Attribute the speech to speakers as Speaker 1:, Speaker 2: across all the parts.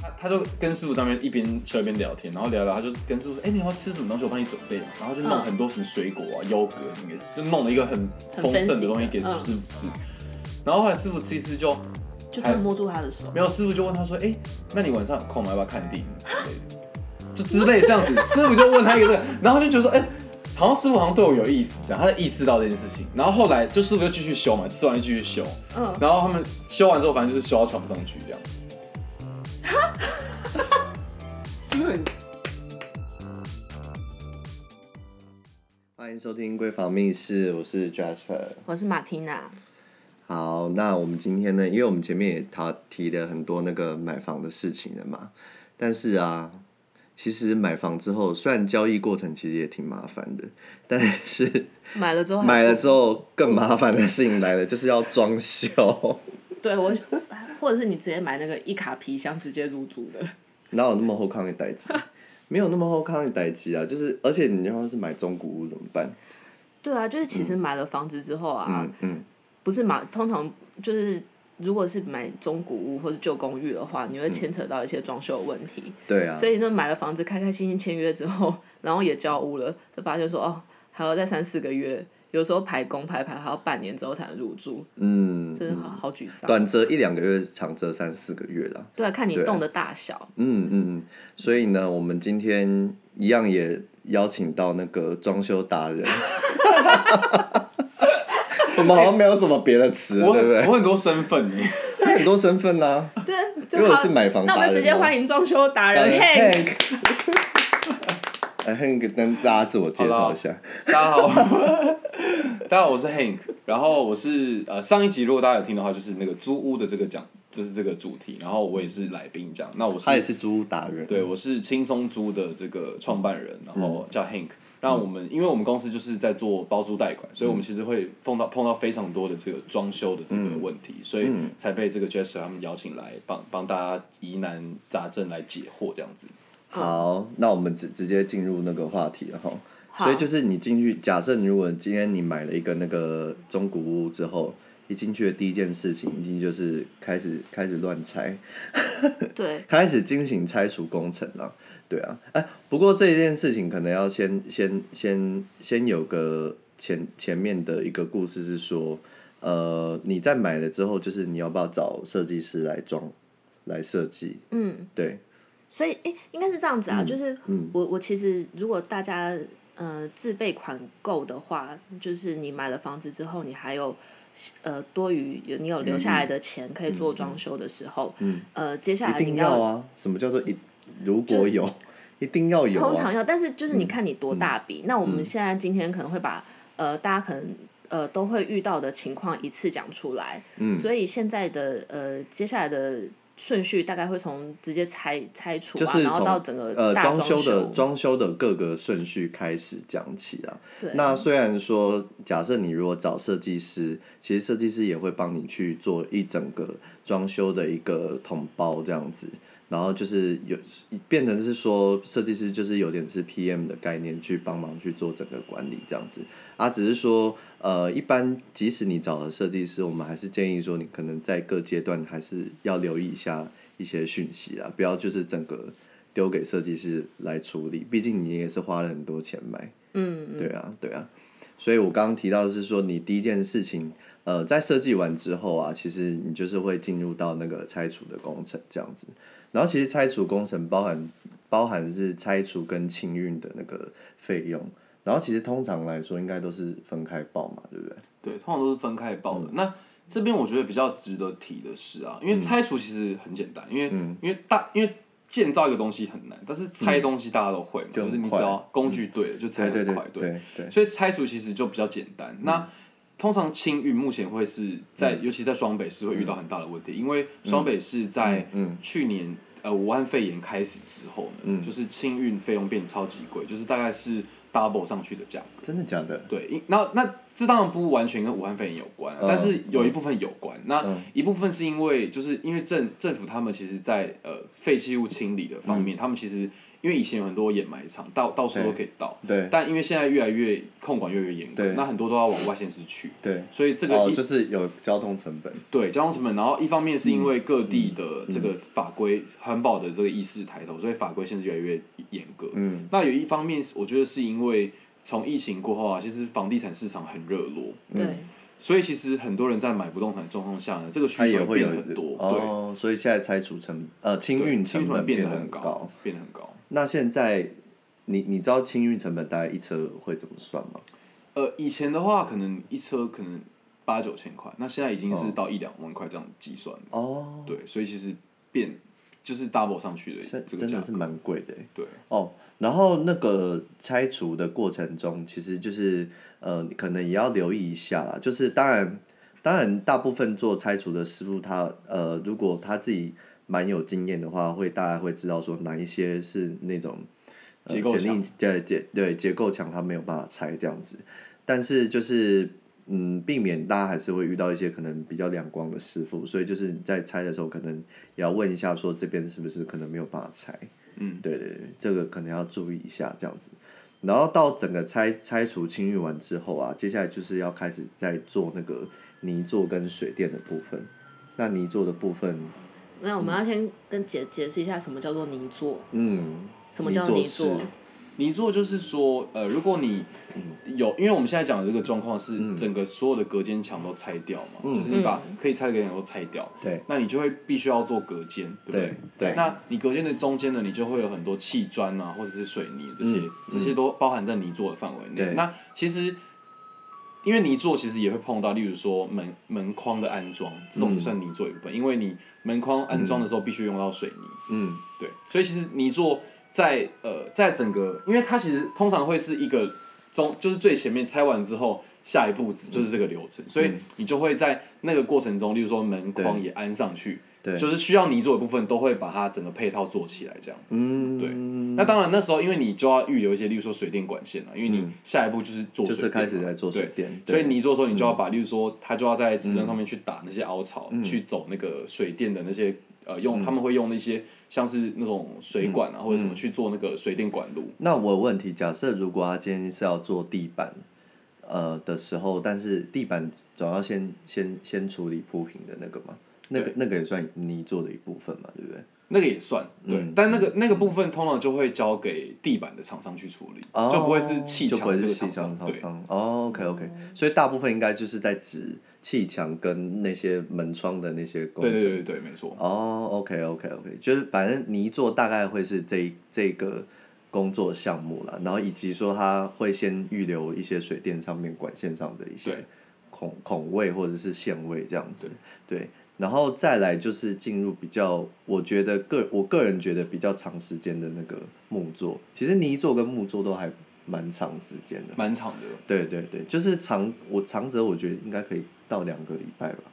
Speaker 1: 他他就跟师傅在那边一边吃一边聊天，然后聊聊，他就跟师傅说：“哎、你要吃什么东西？我帮你准备嘛。”然后就弄
Speaker 2: 嗯
Speaker 1: 很多什么水果啊、优格那个，就弄了一个很
Speaker 2: 很
Speaker 1: 丰盛
Speaker 2: fancy
Speaker 1: 的东西
Speaker 2: 的
Speaker 1: 给师
Speaker 2: 嗯
Speaker 1: 傅吃。然后后来师傅吃一吃就
Speaker 2: 就突然摸住他的手
Speaker 1: 没，有，师傅就问他说：“哎、那你晚上有空吗？要不要看电影之类的？”就之类这样子，师傅就问他一个这个，然后他就觉得说：“哎、好像师傅好像对我有意思，这样，他就意识到这件事情。”然后后来就师傅就继续修嘛，吃完就继续修，
Speaker 2: 嗯，
Speaker 1: 然后他们修完之后，反正就是修到床上去这样。
Speaker 2: 是不是很
Speaker 3: 欢迎收听《闺房密室》，我是 Jasper。
Speaker 2: 我是马缇娜，
Speaker 3: 好，那我们今天呢，因为我们前面也他提了很多那个买房的事情了嘛，但是啊，其实买房之后，虽然交易过程其实也挺麻烦的，但是
Speaker 2: 买了之后还
Speaker 3: 买了之后更麻烦的事情来了，就是要装修。
Speaker 2: 对我，或者是你直接买那个一卡皮箱直接入住的，
Speaker 3: 哪有那么后康的代志？没有那么后康的代志啊，就是而且你要是买中古屋怎么办？
Speaker 2: 对啊，就是其实买了房子之后啊，
Speaker 3: 嗯嗯，
Speaker 2: 不是买，通常就是如果是买中古屋或者旧公寓的话，你会牵扯到一些装修的问题，
Speaker 3: 对啊
Speaker 2: 所，以呢，买了房子，开开心心签约之后， 然后也交屋了，就发现说哦，还要再三四个月，有时候排工排排还要半年之后才能入住，
Speaker 3: 嗯，
Speaker 2: 真的好好沮丧。
Speaker 3: 短则一两个月，长则三四个月啦。
Speaker 2: 对啊，看你
Speaker 3: 对
Speaker 2: 动的大小，
Speaker 3: 嗯嗯嗯，所以呢，我们今天一样也邀请到那个装修达 人。我们好像没有什么别的词了，
Speaker 1: 我
Speaker 3: 对不
Speaker 1: 很我
Speaker 3: 对？
Speaker 1: 很多身份呢、
Speaker 3: 很多身份呐、啊，
Speaker 2: 对，
Speaker 3: 因
Speaker 2: 就
Speaker 3: 为我
Speaker 2: 好
Speaker 3: 是买房
Speaker 2: 那我
Speaker 3: 达
Speaker 2: 们
Speaker 3: 人
Speaker 2: 直接
Speaker 3: 嘛
Speaker 2: 欢迎装修达
Speaker 1: 呃
Speaker 2: 人 Hank。
Speaker 3: Hank。哎，Hank 跟大家自我介绍一下。
Speaker 1: 大家好， 大家好，我是 Hank，然后我是呃上一集如果大家有听的话，就是那个租屋的这个讲，就是这个主题，然后我也是来宾这样，那我是
Speaker 3: 他也是租屋达人，
Speaker 1: 对，我是轻松租的这个创办人，然
Speaker 3: 嗯
Speaker 1: 后叫 Hank。那我们因为我们公司就是在做包租代管，所以
Speaker 3: 嗯
Speaker 1: 我们其实会碰到碰到非常多的这个装修的这个问题，所以
Speaker 3: 嗯
Speaker 1: 才被这个 Jester 他们邀请来帮帮大家疑难杂症来解惑这样子。
Speaker 3: 好，那我们直直接进入那个话题了哈。
Speaker 2: 好
Speaker 3: 所以就是你进去，假设你如果今天你买了一个那个中古屋之后，一进去的第一件事情，一定就是开始开始乱拆，
Speaker 2: 对，
Speaker 3: 开始进行拆除工程了。对啊，哎，不过这一件事情可能要先先先先有个前前面的一个故事是说，呃，你在买了之后，就是你要不要找设计师来装来设计？
Speaker 2: 嗯，
Speaker 3: 对，
Speaker 2: 所以诶，应该是这样子啊，就是
Speaker 3: 嗯
Speaker 2: 我我其实如果大家呃自备款购的话，就是你买了房子之后，你还有呃多余有你有留下来的钱可以做装修的时候，
Speaker 3: 嗯
Speaker 2: 呃，接下
Speaker 3: 一
Speaker 2: 来你
Speaker 3: 定要啊！什么叫做一？如
Speaker 2: 就
Speaker 3: 果有，一定要有、啊。
Speaker 2: 通常要，但是就是你看你多大
Speaker 1: 嗯
Speaker 2: 笔。那我们现在今天可能会把呃，大家可能呃都会遇到的情况一次讲出来，
Speaker 1: 嗯
Speaker 2: 所以现在的呃接下来的顺序大概会从直接拆拆除啊，
Speaker 3: 就是
Speaker 2: 然后
Speaker 3: 从
Speaker 2: 到整个
Speaker 3: 呃
Speaker 2: 大
Speaker 3: 装
Speaker 2: 修
Speaker 3: 修的装修的各个顺序开始讲起啊。
Speaker 2: 对
Speaker 3: 那虽然说，假设你如果找设计师，其实设计师也会帮你去做一整个装修的一个统包这样子。然后就是有变成是说，设计师就是有点是 PM 的概念去帮忙去做整个管理这样子啊，只是说呃，一般即使你找了设计师，我们还是建议说你可能在各阶段还是要留意一下一些讯息啦，不要就是整个丢给设计师来处理，毕竟你也是花了很多钱买。
Speaker 2: 嗯
Speaker 3: 对啊，对啊。所以我刚刚提到的是说，你第一件事情，呃，在设计完之后啊，其实你就是会进入到那个拆除的工程这样子。然后其实拆除工程包含包含是拆除跟清运的那个费用，然后其实通常来说应该都是分开报嘛，对不对？
Speaker 1: 对，通常都是分开报
Speaker 3: 嗯
Speaker 1: 的。那这边我觉得比较值得提的是啊，因为拆除其实很简单，因为、
Speaker 3: 嗯
Speaker 1: 因为大因为建造一个东西很难，但是拆东西大家都会嘛，
Speaker 3: 嗯就
Speaker 1: 就
Speaker 3: 很
Speaker 1: 是你只
Speaker 3: 快
Speaker 1: 要工具对了、就拆得
Speaker 3: 对
Speaker 1: 很
Speaker 3: 对
Speaker 1: 快，
Speaker 3: 对嗯对
Speaker 1: 所以拆除其实就比较简单。那通常清运目前会是
Speaker 3: 嗯
Speaker 1: 在，尤其在双北市会遇到很大的问题，因为双北市在
Speaker 3: 嗯
Speaker 1: 去年、呃武汉肺炎开始之后呢，就是清运费用变超级贵，就是大概是 double 上去的价格。
Speaker 3: 真的假的？
Speaker 1: 对，因那那这当然不完全跟武汉肺炎有关、啊，
Speaker 3: 嗯
Speaker 1: 但是有一部分有关。那一部分是因为就是因为政政府他们其实在呃废弃物清理的方面，他们其实因为以前有很多掩埋场，到到处都可以倒，
Speaker 3: 嗯对
Speaker 1: 但因为现在越来越控管越来越严格
Speaker 3: 对，
Speaker 1: 那很多都要往外县市去，
Speaker 3: 对，
Speaker 1: 所以这个
Speaker 3: 哦，
Speaker 1: 一
Speaker 3: 就是有交通成本，
Speaker 1: 对交通成本，然后一方面是
Speaker 3: 嗯
Speaker 1: 因为各地的这个法规环保的这个意识抬头，所以法规限制越来越严格。
Speaker 3: 嗯，
Speaker 1: 那有一方面是我觉得是因为从疫情过后啊，其实房地产市场很热络，
Speaker 2: 对，
Speaker 1: 所以其实很多人在买不动产的状况下呢，这个需
Speaker 3: 它也
Speaker 1: 求
Speaker 3: 会
Speaker 1: 变
Speaker 3: 有
Speaker 1: 很多，对
Speaker 3: 哦，所以现在拆除成呃清
Speaker 1: 对，
Speaker 3: 运
Speaker 1: 清运
Speaker 3: 成本
Speaker 1: 变得
Speaker 3: 变得
Speaker 1: 很
Speaker 3: 很高。，
Speaker 1: 变得很高。
Speaker 3: 那现在你你知道清运成本大概一车会怎么算吗？
Speaker 1: 呃，以前的话可能一车可能八九千块，那现在已经是到一两万块这样计算了。
Speaker 3: 哦，
Speaker 1: 对，所以其实变就是 double 上去的
Speaker 3: 这
Speaker 1: 这个
Speaker 3: 真
Speaker 1: 价
Speaker 3: 的
Speaker 1: 格
Speaker 3: 是。蛮贵的欸。
Speaker 1: 对，
Speaker 3: 哦，然后那个拆除的过程中，其实就是呃，可能也要留意一下啦。就是当然，当然，大部分做拆除的师傅他，呃，如果他自己蛮有经验的话，会大概会知道说哪一些是那种、呃、
Speaker 1: 结构
Speaker 3: 简历对结对结构强，他没有办法拆这样子。但是就是嗯，避免大家还是会遇到一些可能比较两光的师傅，所以就是你在拆的时候，可能也要问一下说这边是不是可能没有办法拆。
Speaker 1: 嗯，
Speaker 3: 对对对，这个可能要注意一下这样子。然后到整个拆拆除清运完之后啊，接下来就是要开始在做那个泥做跟水电的部分。那泥做的部分，
Speaker 2: 没有，我们要先跟解解释一下什么叫做泥做，
Speaker 3: 嗯，
Speaker 2: 什么叫泥做
Speaker 3: 是
Speaker 1: 泥做就是说，呃，如果你
Speaker 3: 嗯
Speaker 1: 有，因为我们现在讲的这个状况是整个所有的隔间墙都拆掉嘛，就是你把可以拆的隔间墙都拆掉，
Speaker 3: 嗯对，
Speaker 1: 那你就会必须要做隔间，对不对？
Speaker 3: 对对
Speaker 1: 那你隔间的中间呢，你就会有很多砌砖啊，或者是水泥这些，这些都包含在泥做的范围内
Speaker 3: 嗯对。
Speaker 1: 那其实。因为泥做其实也会碰到，例如说门门框的安装，这种也算
Speaker 3: 嗯
Speaker 1: 泥做一部分。因为你门框安装的时候必须用到水泥，
Speaker 3: 嗯，
Speaker 1: 对，所以其实泥做在呃在整个，因为它其实通常会是一个中，就是最前面拆完之后，下一步就是这个流程，所以你就会在那个过程中，例如说门框也安上去，
Speaker 3: 对，
Speaker 1: 就是需要泥做的部分都会把它整个配套做起来，这样。
Speaker 3: 嗯，
Speaker 1: 对那当然，那时候因为你就要预留一些，例如说水电管线啊，因为你下一步就是做
Speaker 3: 嗯就
Speaker 1: 水
Speaker 3: 是
Speaker 1: 电嘛，
Speaker 3: 开始在做水电，
Speaker 1: 所以
Speaker 3: 对嗯
Speaker 1: 泥做的时候，你就要把，例如说，它就要在瓷砖上面去打那些凹槽，去走那个水电的那些呃，
Speaker 3: 嗯
Speaker 1: 用他们会用那些像是那种水管啊、或者什么去做那个水电管路。
Speaker 3: 那我有问题，假设如果他今天是要做地板，呃的时候，但是地板总要先先先处理铺平的那个嘛，那个那个也算泥做的一部分嘛，对不对？
Speaker 1: 那个也算对，
Speaker 3: 嗯
Speaker 1: 但那个那个部分通常就会交给地板的厂商去处理，
Speaker 3: 哦
Speaker 1: 就不会是砌
Speaker 3: 就
Speaker 1: 墙
Speaker 3: 不会
Speaker 1: 这
Speaker 3: 是
Speaker 1: 个
Speaker 3: 砌
Speaker 1: 厂
Speaker 3: 墙
Speaker 1: 对，嗯
Speaker 3: 商。哦，OK OK，所以大部分应该就是在指砌墙跟那些门窗的那些工
Speaker 1: 对
Speaker 3: 程。
Speaker 1: 对对对对，没错。
Speaker 3: 哦，OK OK OK，就是反正泥做大概会是这一这个工作项目啦，然后以及说他会先预留一些水电上面管线上的一些
Speaker 1: 对
Speaker 3: 孔孔位或者是线位这样子，对，然后再来就是进入比较，我觉得个我个人觉得比较长时间的那个木作，其实泥做跟木作都还蛮长时间的，
Speaker 1: 蛮长的，
Speaker 3: 对对对，就是长我长则我觉得应该可以到两个礼拜吧，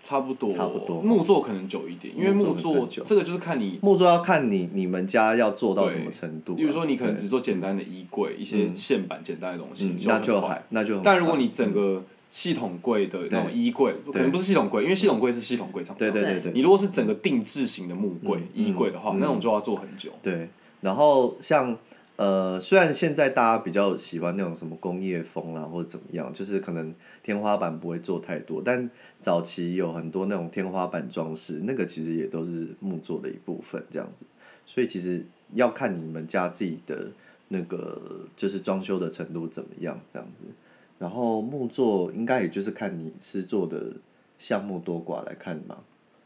Speaker 1: 差不多，
Speaker 3: 差不多
Speaker 1: 木作可能久一点，因为木
Speaker 3: 木作可能
Speaker 1: 作
Speaker 3: 更久
Speaker 1: 这个就是看你
Speaker 3: 木作要看你你们家要做到什么
Speaker 1: 对
Speaker 3: 程度啊、
Speaker 1: 比如说你可能
Speaker 3: 对
Speaker 1: 只做简单的衣柜，一些线板简单的东西，
Speaker 3: 嗯，
Speaker 1: 就
Speaker 3: 那
Speaker 1: 很
Speaker 3: 就
Speaker 1: 快
Speaker 3: 还那就很
Speaker 1: 但如果
Speaker 3: 快
Speaker 1: 你整个系统柜的那种
Speaker 3: 对
Speaker 1: 衣柜，可能不是系统柜，因为系统柜是系统柜厂商。
Speaker 3: 对对对
Speaker 2: 对
Speaker 3: 对
Speaker 1: 你如果是整个定制型的木柜、
Speaker 3: 嗯
Speaker 1: 衣柜的话，
Speaker 3: 嗯
Speaker 1: 那种就要做很久。
Speaker 3: 对，然后像呃，虽然现在大家比较喜欢那种什么工业风啦，或者怎么样，就是可能天花板不会做太多，但早期有很多那种天花板装饰，那个其实也都是木做的一部分这样子，所以其实要看你们家自己的那个就是装修的程度怎么样这样子，然后木作应该也就是看你是做的项目多寡来看嘛，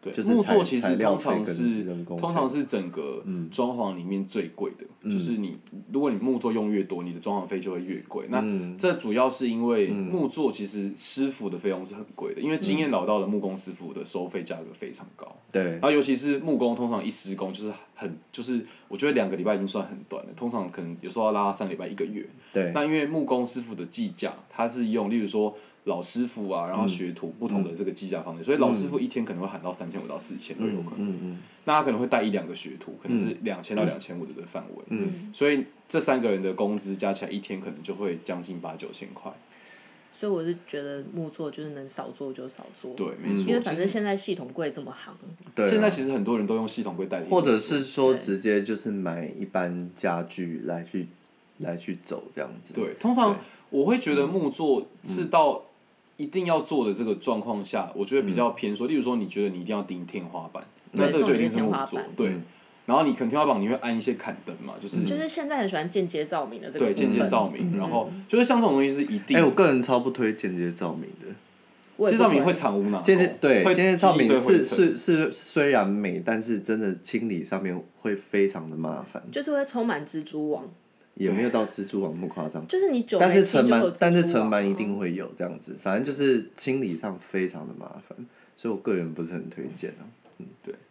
Speaker 1: 对，
Speaker 3: 就是
Speaker 1: 木作
Speaker 3: 材
Speaker 1: 其
Speaker 3: 材
Speaker 1: 实
Speaker 3: 料
Speaker 1: 通常
Speaker 3: 费跟
Speaker 1: 是
Speaker 3: 人工费嗯
Speaker 1: 通常是整个装潢里面最贵的，就是你如果你木作用越多，你的装潢费就会越贵。那
Speaker 3: 嗯
Speaker 1: 这主要是因为木作其实师傅的费用是很贵的，因为经验老道的木工师傅的收费价格非常高。
Speaker 3: 嗯对
Speaker 1: 然，后尤其是木工，通常一施工就是很，就是我觉得两个礼拜已经算很短了，通常可能有时候要拉到三个礼拜一个月。
Speaker 3: 对，
Speaker 1: 那因为木工师傅的计价，他是用例如说老师傅啊，
Speaker 3: 嗯
Speaker 1: 然后学徒不同的这个计价方式，所以老师傅一天可能会喊到三千五到四千都有可能。
Speaker 3: 嗯嗯。嗯
Speaker 1: 那他可能会带一两个学徒，可能是两千到两千五的这个范围。所以这三个人的工资加起来一天可能就会将近八九千块。
Speaker 2: 所以我是觉得木作就是能少做就少做，
Speaker 1: 对，没错。
Speaker 2: 因为反正
Speaker 1: 其实
Speaker 2: 现在系统柜这么行，
Speaker 3: 对啊
Speaker 1: 现在其实很多人都用系统柜代替，
Speaker 3: 或者是说直接就是买一般家具来去来去走这样子。
Speaker 1: 对，通常我会觉得木作是到一定要做的这个状况下，我觉得比较偏说，例如说你觉得你一定要钉天花板，那
Speaker 2: 对
Speaker 1: 这个就一定是
Speaker 2: 重点
Speaker 1: 木
Speaker 2: 是
Speaker 1: 作
Speaker 2: 天花板，嗯
Speaker 1: 对。然后你可能天花板你会安一些砍灯嘛，就是
Speaker 2: 就是现在很喜欢间接照明的这个
Speaker 1: 对间
Speaker 2: 部
Speaker 1: 接
Speaker 2: 分
Speaker 1: 照明，然后就是像这种东西是一定
Speaker 3: 哎、，我个人超不推间接照明的。
Speaker 2: 我也
Speaker 1: 这照
Speaker 2: 不
Speaker 1: 明
Speaker 2: 推
Speaker 1: 会藏污纳垢，
Speaker 3: 间接对
Speaker 1: 哦会
Speaker 3: 间接照
Speaker 1: 积一
Speaker 3: 明
Speaker 1: 堆灰
Speaker 3: 是
Speaker 1: 尘
Speaker 3: 是是虽然美，但是真的清理上面会非常的麻烦，
Speaker 2: 就是会充满蜘蛛网，
Speaker 3: 也没有到蜘蛛网那么夸张。
Speaker 2: 就是你久
Speaker 3: 但
Speaker 2: 没
Speaker 3: 是
Speaker 2: 清
Speaker 3: 尘
Speaker 2: 就有
Speaker 3: 螨
Speaker 2: 蜘，蛛
Speaker 3: 但是
Speaker 2: 网
Speaker 3: 尘螨
Speaker 2: 啊
Speaker 3: 一定会有这样子，反正就是清理上非常的麻烦，所以我个人不是很推荐啊。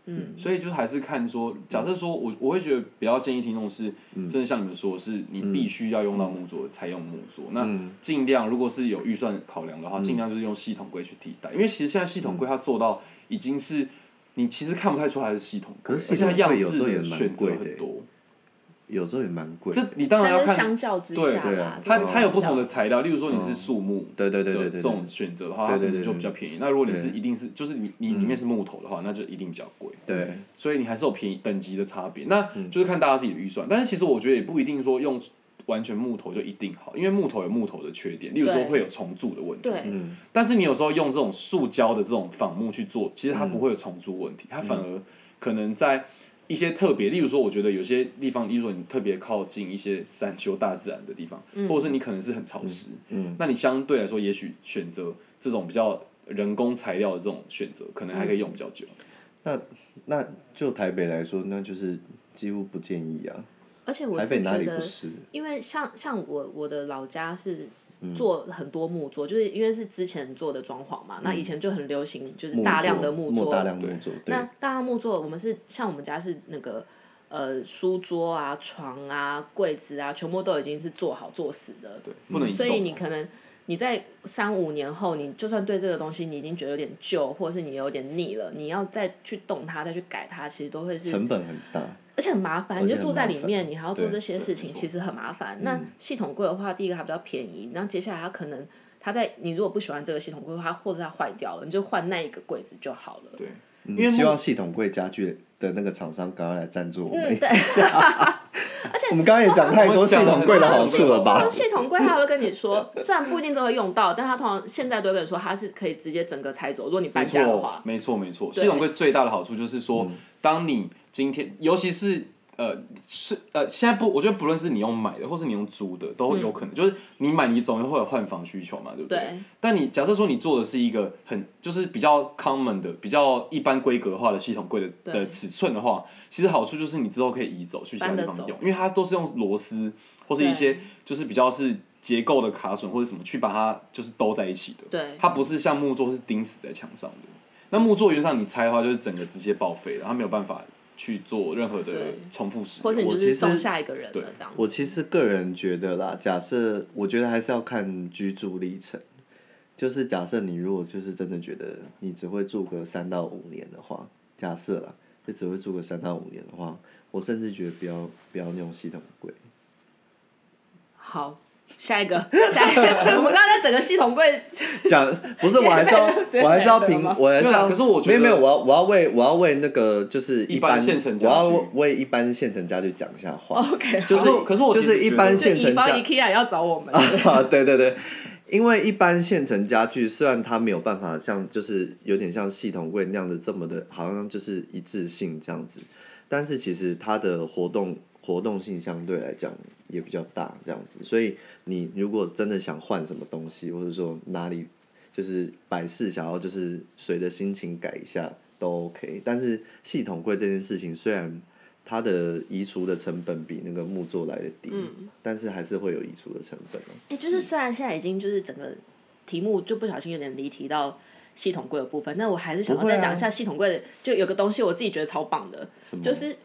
Speaker 3: 嗯
Speaker 1: 所以就是还是看说，假设说我我会觉得比较建议听众是，
Speaker 3: 嗯
Speaker 1: 真的像你们说，是你必须要用到木作才用木作，
Speaker 3: 嗯
Speaker 1: 那尽量如果是有预算考量的话，尽量就是用系统柜去替代，因为其实现在系
Speaker 3: 嗯
Speaker 1: 统柜它做到已经是你其实看不太出来是系统柜，
Speaker 3: 可
Speaker 1: 而
Speaker 3: 是
Speaker 1: 且它样式
Speaker 3: 系统
Speaker 1: 的
Speaker 3: 柜有时候也蛮
Speaker 1: 选择
Speaker 3: 贵的
Speaker 1: 很多，
Speaker 3: 有时候也蛮贵的，
Speaker 1: 这你当然要
Speaker 2: 但是
Speaker 1: 看
Speaker 2: 相较之
Speaker 1: 对
Speaker 2: 下
Speaker 3: 对
Speaker 2: 啦
Speaker 3: 啊，
Speaker 2: 这
Speaker 1: 它
Speaker 2: 种
Speaker 1: 它有不同
Speaker 2: 比
Speaker 1: 的
Speaker 2: 较
Speaker 1: 材料，例如说你是树木。
Speaker 3: 嗯对对对
Speaker 1: 的
Speaker 3: 对
Speaker 1: 这
Speaker 3: 对
Speaker 1: 种
Speaker 3: 对
Speaker 1: 选择的话，它
Speaker 3: 对
Speaker 1: 可
Speaker 3: 对
Speaker 1: 能
Speaker 3: 对
Speaker 1: 就
Speaker 3: 对
Speaker 1: 比较便宜。那如果你是
Speaker 3: 对嗯
Speaker 1: 一定是就是你你里面是木头的话，那就一定比较贵。
Speaker 3: 对，
Speaker 1: 所以你还是有便宜等级的差别，那就是看大家自己的预算。但是其实我觉得也不一定说用完全木头就一定好，因为木头有木头的缺点，例如说
Speaker 2: 对
Speaker 1: 会有重蛀的问题。
Speaker 3: 嗯
Speaker 2: 对，
Speaker 1: 但是你有时候用这种塑胶的这种仿木去做，其实它不会有重蛀问题，它反而可能在一些特别，例如说我觉得有些地方，例如说你特别靠近一些山丘、大自然的地方，
Speaker 2: 嗯
Speaker 1: 或者是你可能是很潮湿，那你相对来说也许选择这种比较人工材料的这种选择，可能还可以用比较久。
Speaker 3: 那就台北来说，那就是几乎不建议啊。
Speaker 2: 而且我
Speaker 3: 台
Speaker 2: 是
Speaker 3: 北哪
Speaker 2: 觉
Speaker 3: 里不
Speaker 2: 得，
Speaker 3: 是？
Speaker 2: 因为像像我我的老家是
Speaker 3: 嗯
Speaker 2: 做很多木作，就是因为是之前做的装潢嘛，那以前就很流行就是大量的
Speaker 3: 嗯木
Speaker 2: 作，
Speaker 3: 大量木作，对
Speaker 2: 那大量木作，我们是像我们家是那个呃书桌啊、床啊、柜子啊，全部都已经是做好做死的，
Speaker 1: 对，不能移动。
Speaker 2: 所以你可能你在三五年后，你就算对这个东西你已经觉得有点旧，或者是你有点腻了，你要再去动它、再去改它，其实都会是
Speaker 3: 成本很大。
Speaker 2: 而且很麻烦，
Speaker 3: 而
Speaker 2: 你
Speaker 3: 且
Speaker 2: 就住在里
Speaker 3: 很麻
Speaker 2: 面，
Speaker 3: 烦
Speaker 2: 你还要做
Speaker 3: 对嗯
Speaker 2: 这些事情，
Speaker 1: 没错
Speaker 2: 其实很麻烦。那系统柜的话，第一个它比较便宜，然后接下来它可能它在你如果不喜欢这个系统柜的话，或者它坏掉了，你就换那一个柜子就好了。
Speaker 1: 对，
Speaker 3: 嗯
Speaker 1: 因为木
Speaker 3: 希望系统柜家具的那个厂商赶快来赞助我们
Speaker 2: 嗯
Speaker 3: 一下。而且我们刚刚也讲太多系统柜的好处了
Speaker 1: 我
Speaker 3: 吧
Speaker 2: 但？ 系统柜它会跟你说， 虽然不一定都会用到，但它通常现在都会跟你说，它是可以直接整个拆走。如果你搬
Speaker 1: 没
Speaker 2: 家的
Speaker 1: 错
Speaker 2: 话，，
Speaker 1: 没错，没错。
Speaker 2: 对嗯
Speaker 1: 系统柜最大的好处就是说，当你今天，尤其是呃是呃，现在不，我觉得不论是你用买的，或是你用租的，都有可能。就是你买，你总会有换房需求嘛，对不对？
Speaker 2: 嗯对
Speaker 1: 但你假设说你做的是一个很就是比较 common 的、比较一般规格化的系统柜的
Speaker 2: 对
Speaker 1: 的尺寸的话，其实好处就是你之后可以移走去其他
Speaker 2: 搬
Speaker 1: 地
Speaker 2: 得
Speaker 1: 方
Speaker 2: 走
Speaker 1: 用，因为它都是用螺丝或是一些就是比较是结构的卡榫或者什么去把它就是兜在一起的。
Speaker 2: 对
Speaker 1: 它不是像木座是钉死在墙上的。那木座原上你拆的话，就是整个直接报废了，它没有办法去做任何的
Speaker 2: 对
Speaker 1: 重复使用。
Speaker 2: 或者你就
Speaker 3: 我
Speaker 2: 是
Speaker 3: 其实
Speaker 2: 送下一个人了这样
Speaker 3: 我
Speaker 2: 子。
Speaker 3: 其实个人觉得啦，假设我觉得还是要看居住历程。就是假设你如果就是真的觉得你只会住个三到五年的话，假设啦，就只会住个三到五年的话，我甚至觉得不要不要用系统柜。
Speaker 2: 好，下一个，下一个， 我们刚才整个系统柜，
Speaker 3: 讲不是，我还是要
Speaker 2: 直接，
Speaker 3: 我还是要
Speaker 2: 买了
Speaker 3: 评
Speaker 2: 吗，
Speaker 3: 我还是
Speaker 1: 没有
Speaker 3: 要。
Speaker 1: 啦可是我觉得
Speaker 3: 没有没有，我要我要为我要为那个就是
Speaker 1: 一般
Speaker 3: 般
Speaker 1: 现成家
Speaker 3: 我
Speaker 1: 具
Speaker 3: 要为一般现成家具讲一下话。
Speaker 2: 哦 OK，
Speaker 3: 就是
Speaker 1: 可是可是我
Speaker 3: 就
Speaker 1: 其实
Speaker 3: 是一
Speaker 1: 觉得
Speaker 3: 般
Speaker 2: 就
Speaker 3: 现
Speaker 2: 以
Speaker 3: 成
Speaker 2: 方
Speaker 3: 家
Speaker 2: IKEA 要找我们，
Speaker 3: 啊，对对对，因为一般现成家具虽然它没有办法像就是有点像系统柜那样子这么的，好像就是一致性这样子，但是其实它的活动活动性相对来讲也比较大这样子，所以你如果真的想换什么东西，或者说哪里就是摆饰想要就是随着心情改一下都 OK，但是系统柜这件事情虽然。它的移除的成本比那个木作来的低，但是还是会有移除的成本啊、
Speaker 2: 哎、就是虽然现在已经就是整个题目就不小心有点离题到系统柜的部分，那我还是想要
Speaker 3: 不会啊
Speaker 2: 再讲一下系统柜的， 就有个东西我自己觉得超棒的，就是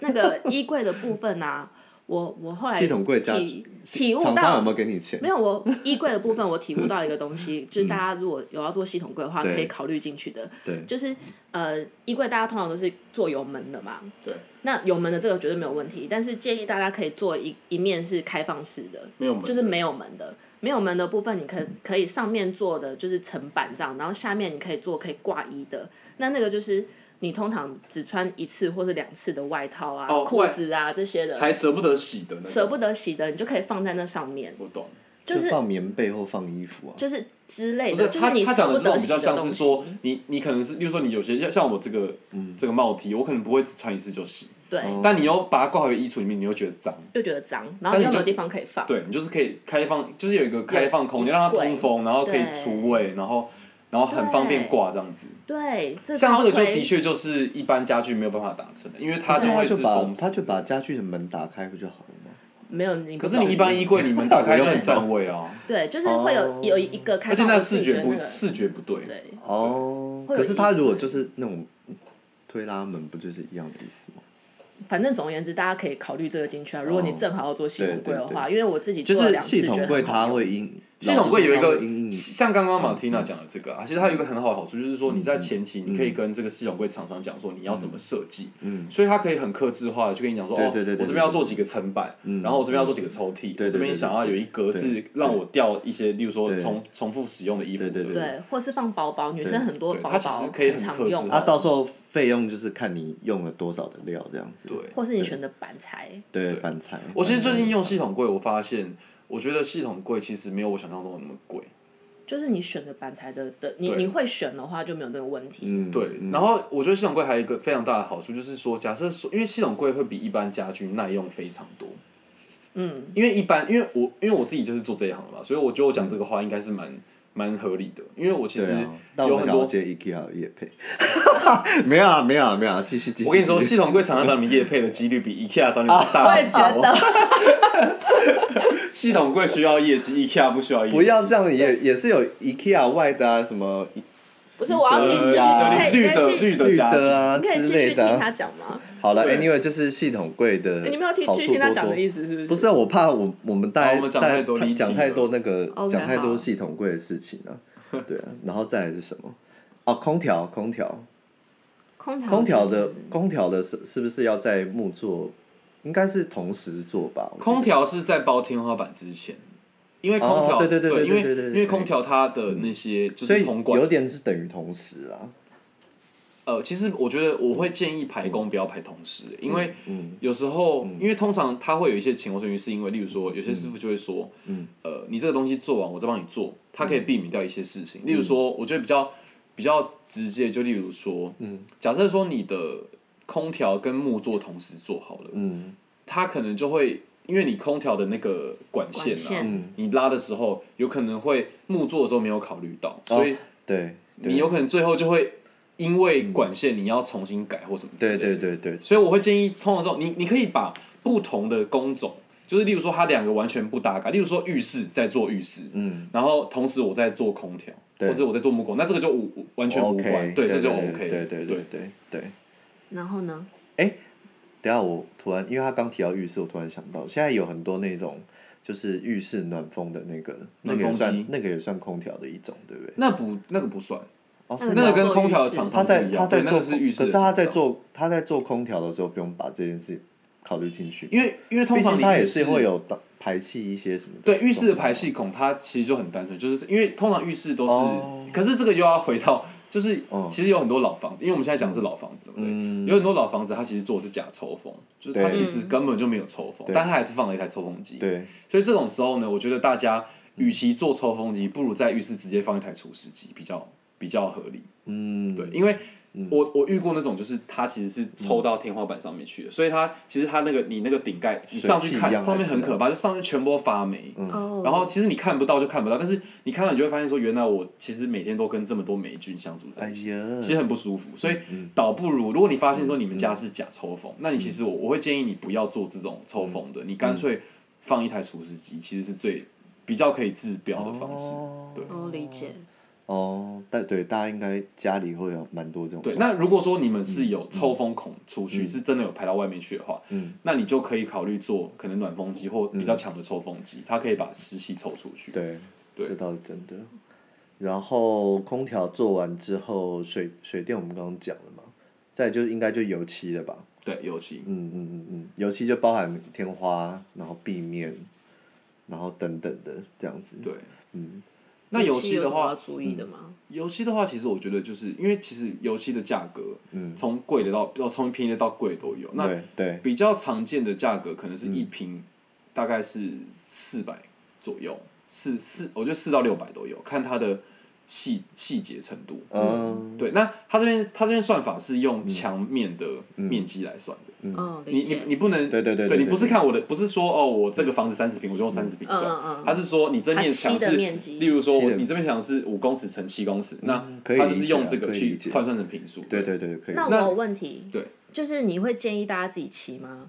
Speaker 2: 那个衣柜的部分啊。我我后来
Speaker 3: 系统柜加
Speaker 2: 体体悟
Speaker 3: 厂商有
Speaker 2: 到
Speaker 3: 没有给你钱
Speaker 2: 没？有，我衣柜的部分我体悟到一个东西， 就是大家如果有要做系统柜的话，
Speaker 3: 对
Speaker 2: 可以考虑进去的。
Speaker 3: 对
Speaker 2: 就是呃，衣柜大家通常都是做油门的嘛，
Speaker 1: 对，
Speaker 2: 那油门的这个绝对没有问题，但是建议大家可以做一一面是开放式的，
Speaker 1: 没有门的
Speaker 2: 就是没有门的。没有门的部分，你可可以上面做的就是层板这样，然后下面你可以做可以挂衣的。那那个就是你通常只穿一次或是两次的外套啊、
Speaker 1: 哦
Speaker 2: 裤子啊这些的，
Speaker 1: 还舍不得洗的那种
Speaker 2: 舍不得洗的，你就可以放在那上面，
Speaker 1: 我懂，
Speaker 2: 就是
Speaker 3: 放棉被或放衣服啊。
Speaker 2: 就是之类
Speaker 1: 不
Speaker 2: 的，
Speaker 1: 是
Speaker 2: 就
Speaker 1: 他
Speaker 2: 你
Speaker 1: 他
Speaker 2: 舍
Speaker 1: 讲
Speaker 2: 不
Speaker 1: 的这种
Speaker 2: 得
Speaker 1: 比
Speaker 2: 洗
Speaker 1: 较
Speaker 2: 的
Speaker 1: 像
Speaker 2: 东
Speaker 1: 是
Speaker 2: 西
Speaker 1: 说。，你你可能是，例如说你有些像像我这个这个帽 T，我可能不会只穿一次就洗，
Speaker 2: 对，
Speaker 1: 但你又把它挂回衣橱里面，你又觉得脏，
Speaker 2: 又觉得脏，然后
Speaker 1: 哦但你
Speaker 2: 又没有
Speaker 1: 就
Speaker 2: 地方可以放。
Speaker 1: 对你就是可以开放，就是有一个开放空间，
Speaker 2: 有
Speaker 1: 让它
Speaker 2: 衣柜
Speaker 1: 通风，然后可以
Speaker 2: 对
Speaker 1: 除味，然后然后很方便
Speaker 2: 对
Speaker 1: 挂这样子。
Speaker 2: 对，这
Speaker 1: 像
Speaker 2: 超
Speaker 1: 这个就
Speaker 2: 亏
Speaker 1: 的确就是一般家具没有办法达成的，因为它就
Speaker 3: 他
Speaker 1: 会
Speaker 3: 就是把
Speaker 1: 封
Speaker 3: 他就
Speaker 1: 死。
Speaker 3: 把家具的门打开不就好了吗？
Speaker 2: 没有你不
Speaker 1: 可
Speaker 2: 懂。
Speaker 1: 是你一般衣柜你门打开就很占位 啊，
Speaker 2: 对，就是会有有一个开
Speaker 1: 而且
Speaker 2: 放
Speaker 1: 那
Speaker 2: 的
Speaker 1: 视觉不
Speaker 2: 那个
Speaker 1: 视觉不对。
Speaker 2: 对，
Speaker 3: 哦，
Speaker 2: 会有
Speaker 3: 可是他如果就是那种嗯推拉门，不就是一样的意思吗？
Speaker 2: 反正总而言之，大家可以考虑这个进去啊。如果你正好要做系统柜的
Speaker 3: 哦对对
Speaker 2: 话，因为我自己
Speaker 3: 就
Speaker 2: 做了
Speaker 3: 是
Speaker 2: 两次，
Speaker 3: 系统柜
Speaker 2: 觉得很好
Speaker 3: 它
Speaker 2: 用
Speaker 3: 会因
Speaker 1: 系统柜有一
Speaker 3: 老
Speaker 1: 个
Speaker 3: 实说它会因应
Speaker 1: 像刚
Speaker 3: 嗯
Speaker 1: 刚马蒂娜讲的这个啊，其实它有一个很好的好处，就是说你在前期你可以跟这个系统柜厂商讲说你要怎么设计，
Speaker 3: 嗯
Speaker 1: 所以它可以很克制化的就跟你讲说，
Speaker 3: 对
Speaker 1: 哦，
Speaker 3: 对对对对嗯
Speaker 1: 我这边要做几个层板，然后我这边要做几个抽屉，
Speaker 3: 对对
Speaker 1: 我这边
Speaker 3: 对
Speaker 1: 想要有一格是让我吊一些，例如说
Speaker 3: 对
Speaker 1: 重重复使用的衣服的，
Speaker 3: 对对对
Speaker 2: 对，或是放包包，女生很多
Speaker 1: 对
Speaker 2: 包
Speaker 1: 它其
Speaker 2: 包
Speaker 1: 实可以很克
Speaker 2: 常
Speaker 1: 制
Speaker 2: 用
Speaker 1: 化
Speaker 3: 啊，
Speaker 2: 的，
Speaker 3: 到时候费用就是看你用了多少的料这样子。
Speaker 1: 对
Speaker 2: 或是你选的板材，
Speaker 3: 对，
Speaker 1: 对
Speaker 3: 板材。
Speaker 1: 我其实最近用系统柜，我发现我觉得系统柜其实没有我想象中的那么贵。
Speaker 2: 就是你选的板材的的，你
Speaker 1: 对
Speaker 2: 你会选的话就没有这个问题。
Speaker 3: 嗯，
Speaker 1: 对，然后我觉得系统柜还有一个非常大的好处，就是说，假设说，因为系统柜会比一般家具耐用非常多。嗯，因为一般，因为我因为我自己就是做这一行的嘛，所以我觉得我讲这个话应该是蛮蛮合理的，因为我其
Speaker 3: 对
Speaker 1: 实
Speaker 3: 啊，但
Speaker 1: 有
Speaker 3: 我们
Speaker 1: 很
Speaker 3: 想要
Speaker 1: 多。
Speaker 3: 接 IKEA 的业配， 没有啊，没有啊，没有啊，继续继续。
Speaker 1: 我跟你说，
Speaker 3: 继续
Speaker 1: 系统柜厂商找你们业配的几率比 IKEA 找你们 大
Speaker 2: 我
Speaker 1: 很
Speaker 2: 也
Speaker 1: 多。
Speaker 2: 觉
Speaker 3: 啊
Speaker 2: 得，
Speaker 1: 系统柜需要业绩，IKEA 不需要业绩。
Speaker 3: 不要这样， 也也是有 IKEA 外的啊，什么
Speaker 2: 不是我要听，
Speaker 3: 呃
Speaker 2: 继续
Speaker 1: 啊绿的
Speaker 2: 可
Speaker 1: 绿的
Speaker 2: 以可以继
Speaker 1: 绿的
Speaker 3: 绿
Speaker 1: 家具
Speaker 3: 的啊
Speaker 2: 你可以
Speaker 3: 之
Speaker 2: 继
Speaker 3: 类
Speaker 2: 续听
Speaker 3: 的
Speaker 2: 他
Speaker 3: 啊。
Speaker 2: 讲吗？
Speaker 3: 好了
Speaker 1: 对
Speaker 3: ，anyway，就是系统柜的
Speaker 2: 你没有听
Speaker 3: 好
Speaker 2: 继续
Speaker 3: 处
Speaker 2: 听他
Speaker 3: 多
Speaker 2: 讲
Speaker 3: 多
Speaker 2: 的。意思是不是？
Speaker 3: 不是啊，我怕我我们大
Speaker 1: 好
Speaker 3: 家
Speaker 1: 我们讲
Speaker 3: 大家
Speaker 1: 太多
Speaker 3: 太
Speaker 1: 离题
Speaker 3: 讲太多那个
Speaker 2: OK，
Speaker 3: 讲太
Speaker 2: 好
Speaker 3: 多系统柜的 事情了，对啊，然后再来是什么？哦，空调，空调，
Speaker 2: 空调
Speaker 3: 空调
Speaker 2: 就是
Speaker 3: 的空调的是是不是要在木座？应该是同时做吧？我记得
Speaker 1: 空调是在包天花板之前，因为空调、
Speaker 3: 哦对对对
Speaker 1: 对
Speaker 3: 对
Speaker 1: 因为
Speaker 3: 对对对
Speaker 1: 因
Speaker 3: 对
Speaker 1: 为空调它的那些就
Speaker 3: 所
Speaker 1: 是
Speaker 3: 以
Speaker 1: 铜管
Speaker 3: 有，点是等于同时啊。
Speaker 1: 呃，其实我觉得我会建议排工不要排同时，因为
Speaker 3: 嗯，
Speaker 1: 有时候、因为通常它会有一些前后顺序，是因为例如说有些师傅就会说，
Speaker 3: 嗯
Speaker 1: 呃，你这个东西做完我再帮你做，它可以避免掉一些事情。
Speaker 3: 嗯
Speaker 1: 例如说，我觉得比较比较直接，就例如说，
Speaker 3: 嗯
Speaker 1: 假设说你的空调跟木座同时做好了，
Speaker 3: 嗯，
Speaker 1: 它可能就会因为你空调的那个管线
Speaker 2: 管
Speaker 1: 啊，
Speaker 2: 线，
Speaker 3: 嗯
Speaker 1: 你拉的时候有可能会木做的时候没有考虑到，
Speaker 3: 哦
Speaker 1: 所以
Speaker 3: 对，对
Speaker 1: 你有可能最后就会因为管线你要重新改或什么之类
Speaker 3: 对
Speaker 1: 的。
Speaker 3: 对对对，
Speaker 1: 所以我会建议，通常这种你你可以把不同的工种，就是例如说它两个完全不搭嘎，例如说浴室在做浴室，
Speaker 3: 嗯，
Speaker 1: 然后同时我在做空调，
Speaker 3: 对
Speaker 1: 或者我在做木工，那这个就无无完全无
Speaker 3: OK，
Speaker 1: 关，对，这就
Speaker 3: 对
Speaker 1: OK，
Speaker 3: 对对对对对。
Speaker 2: 然后呢？
Speaker 3: 等一下我突然，因为他刚提到浴室，我突然想到，现在有很多那种就是浴室暖风的那个，那个也
Speaker 1: 暖风机
Speaker 3: 算那个也算空调的一种，对不对？
Speaker 1: 那不那个不算，
Speaker 3: 哦，
Speaker 2: 那个
Speaker 1: 那
Speaker 2: 叫
Speaker 1: 个
Speaker 2: 做
Speaker 1: 跟空调
Speaker 2: 浴
Speaker 1: 的
Speaker 2: 室
Speaker 1: 厂商
Speaker 3: 他在
Speaker 1: 不一
Speaker 3: 他
Speaker 1: 样
Speaker 3: 在
Speaker 1: 对，那
Speaker 3: 做空，
Speaker 1: 个是浴室
Speaker 3: 可
Speaker 1: 的厂
Speaker 3: 是
Speaker 1: 商，
Speaker 3: 他在做他在做空调的时候，不用把这件事考虑进去，
Speaker 1: 因为因为通
Speaker 3: 毕
Speaker 1: 常
Speaker 3: 竟
Speaker 1: 你
Speaker 3: 他也
Speaker 1: 浴
Speaker 3: 是
Speaker 1: 室
Speaker 3: 会有打排气一些什么的。
Speaker 1: 对浴室的排气孔，它其实就很单纯，就是因为通常浴室都是，
Speaker 3: 哦
Speaker 1: 可是这个又要回到， 就是、
Speaker 3: 嗯
Speaker 1: 其实有很多老房子，因为我们现在讲的是老房子嘛，对，
Speaker 3: 嗯
Speaker 1: 有很多老房子它其实做的是假抽风，就是它
Speaker 3: 对
Speaker 1: 其实根本就没有抽风，
Speaker 3: 对
Speaker 1: 但它还是放了一台抽风机，
Speaker 3: 对，
Speaker 1: 所以这种时候呢，我觉得大家与其做抽风机，不如在浴室直接放一台除湿机，比较比较合理。
Speaker 3: 嗯，
Speaker 1: 对，因为我我遇过那种，就是它其实是抽到天花板上面去的，所以它其实它那个你那个顶盖，你上
Speaker 3: 水汽
Speaker 1: 去看
Speaker 3: 一样还是嗯
Speaker 1: 上面很可怕，就上面全部都发霉。
Speaker 2: 哦，
Speaker 1: 然后其实你看不到就看不到，但是你看到你就会发现说，原来我其实每天都跟这么多霉菌相处在
Speaker 3: 哎
Speaker 1: 一起，
Speaker 3: 呀，嗯
Speaker 1: 其实很不舒服。所以倒不如，如果你发现说你们家是假抽风，那你其
Speaker 3: 嗯
Speaker 1: 实我我会建议你不要做这种抽风的，你干脆放一台除湿机，其实是最比较可以治标的方式。
Speaker 3: 哦
Speaker 1: 对
Speaker 2: 哦，理解。
Speaker 3: 哦，但对大家应该家里会有蛮多这种
Speaker 1: 对，嗯
Speaker 3: 状
Speaker 1: 那如果说你们是有抽风孔出去，是真的有排到外面去的话，嗯，那你就可以考虑做可能暖风机或比较强的抽风机，它可以把湿气抽出去。
Speaker 3: 对，
Speaker 1: 对
Speaker 3: 这倒是真的。然后空调做完之后，水水电我们刚刚讲了嘛，再就应该就油漆了吧？
Speaker 1: 对，尤其
Speaker 3: 嗯嗯嗯嗯，油漆就包含天花，然后壁面，然后等等的这样子。
Speaker 1: 对，
Speaker 3: 嗯，
Speaker 1: 那
Speaker 2: 油
Speaker 1: 油漆的
Speaker 2: 有什么要
Speaker 1: 话，
Speaker 2: 注意的吗？
Speaker 1: 油漆的话，其实我觉得就是因为其实油漆的价格，
Speaker 3: 嗯，
Speaker 1: 从贵的到要从便宜的到贵的都有。那
Speaker 3: 对对，
Speaker 1: 比较常见的价格可能是
Speaker 3: 嗯
Speaker 1: 一瓶大概是四百左右，四四，我觉得四到六百都有，看它的细细节程度。
Speaker 3: 嗯，
Speaker 1: 对，那它这边它这边算法是用墙面的面积来算的，
Speaker 2: 嗯，
Speaker 1: 你
Speaker 2: 理
Speaker 1: 你
Speaker 2: 解。
Speaker 1: 你不能
Speaker 3: 对对对
Speaker 1: 对
Speaker 3: 对
Speaker 1: 你
Speaker 3: 对
Speaker 1: 不是
Speaker 3: 对
Speaker 1: 看我的，不是说哦我这个房子三十平我就用三十平
Speaker 2: 嗯嗯
Speaker 1: 算
Speaker 2: 嗯，
Speaker 1: 它是说你这面墙
Speaker 2: 它漆
Speaker 1: 是，
Speaker 2: 的面积
Speaker 1: 例如说
Speaker 3: 漆
Speaker 1: 我
Speaker 3: 的
Speaker 1: 你这面墙是五公尺乘七公尺，那
Speaker 3: 可以
Speaker 1: 它
Speaker 3: 理
Speaker 1: 就是
Speaker 3: 解啊
Speaker 1: 用这个
Speaker 3: 可以理
Speaker 1: 去
Speaker 3: 解
Speaker 1: 换算成平数。
Speaker 3: 对，对对，可以。
Speaker 2: 那我
Speaker 1: 那
Speaker 2: 有问题，
Speaker 1: 对，
Speaker 2: 就是你会建议大家自己骑吗？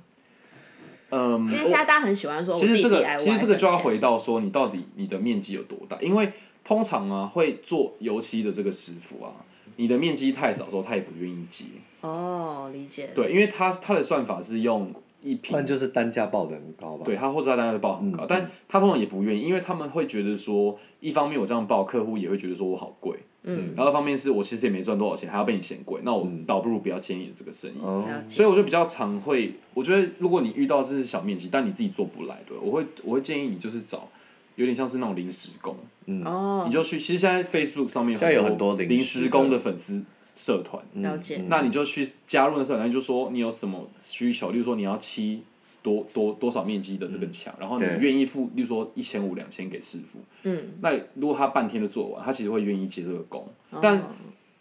Speaker 1: 嗯，
Speaker 2: 因为
Speaker 1: 我
Speaker 2: 现在大家很喜欢哦说，我
Speaker 1: 其
Speaker 2: 自
Speaker 1: 实
Speaker 2: 己
Speaker 1: 这个
Speaker 2: DIY
Speaker 1: 其实这个就要
Speaker 2: 省钱
Speaker 1: 回到说你到底你的面积有多大，因为通常啊会做油漆的这个师傅啊，你的面积太少的时候他也不愿意接，
Speaker 2: 哦，理解。
Speaker 1: 对，因为他他的算法是用一
Speaker 3: 不然
Speaker 1: 平
Speaker 3: 就是嗯单价报的很高吧？
Speaker 1: 对他或者他当然会报很高，但他通常也不愿意，因为他们会觉得说，一方面我这样报，客户也会觉得说我好贵，
Speaker 2: 嗯，
Speaker 1: 然后一方面是我其实也没赚多少钱，还要被你嫌贵，那我
Speaker 3: 嗯
Speaker 1: 倒不如不要接你的这个生意。
Speaker 3: 哦，
Speaker 2: 了解。
Speaker 1: 所以我就比较常会，我觉得如果你遇到这是小面积，但你自己做不来的，我会我会建议你就是找有点像是那种临时工，
Speaker 2: 哦
Speaker 1: 你，就去，其实现在 Facebook 上面
Speaker 3: 现在有很多临
Speaker 1: 临
Speaker 3: 时的嗯
Speaker 1: 时工的粉丝社团，
Speaker 2: 了解。
Speaker 1: 那你就去加入那社团，你就说你有什么需求，例如说你要漆多多多少面积的这个墙，然后你
Speaker 3: 嗯对
Speaker 1: 愿意付，例如说一千五两千给师傅，
Speaker 2: 嗯，
Speaker 1: 那如果他半天就做完，他其实会愿意接这个工，但
Speaker 2: 哦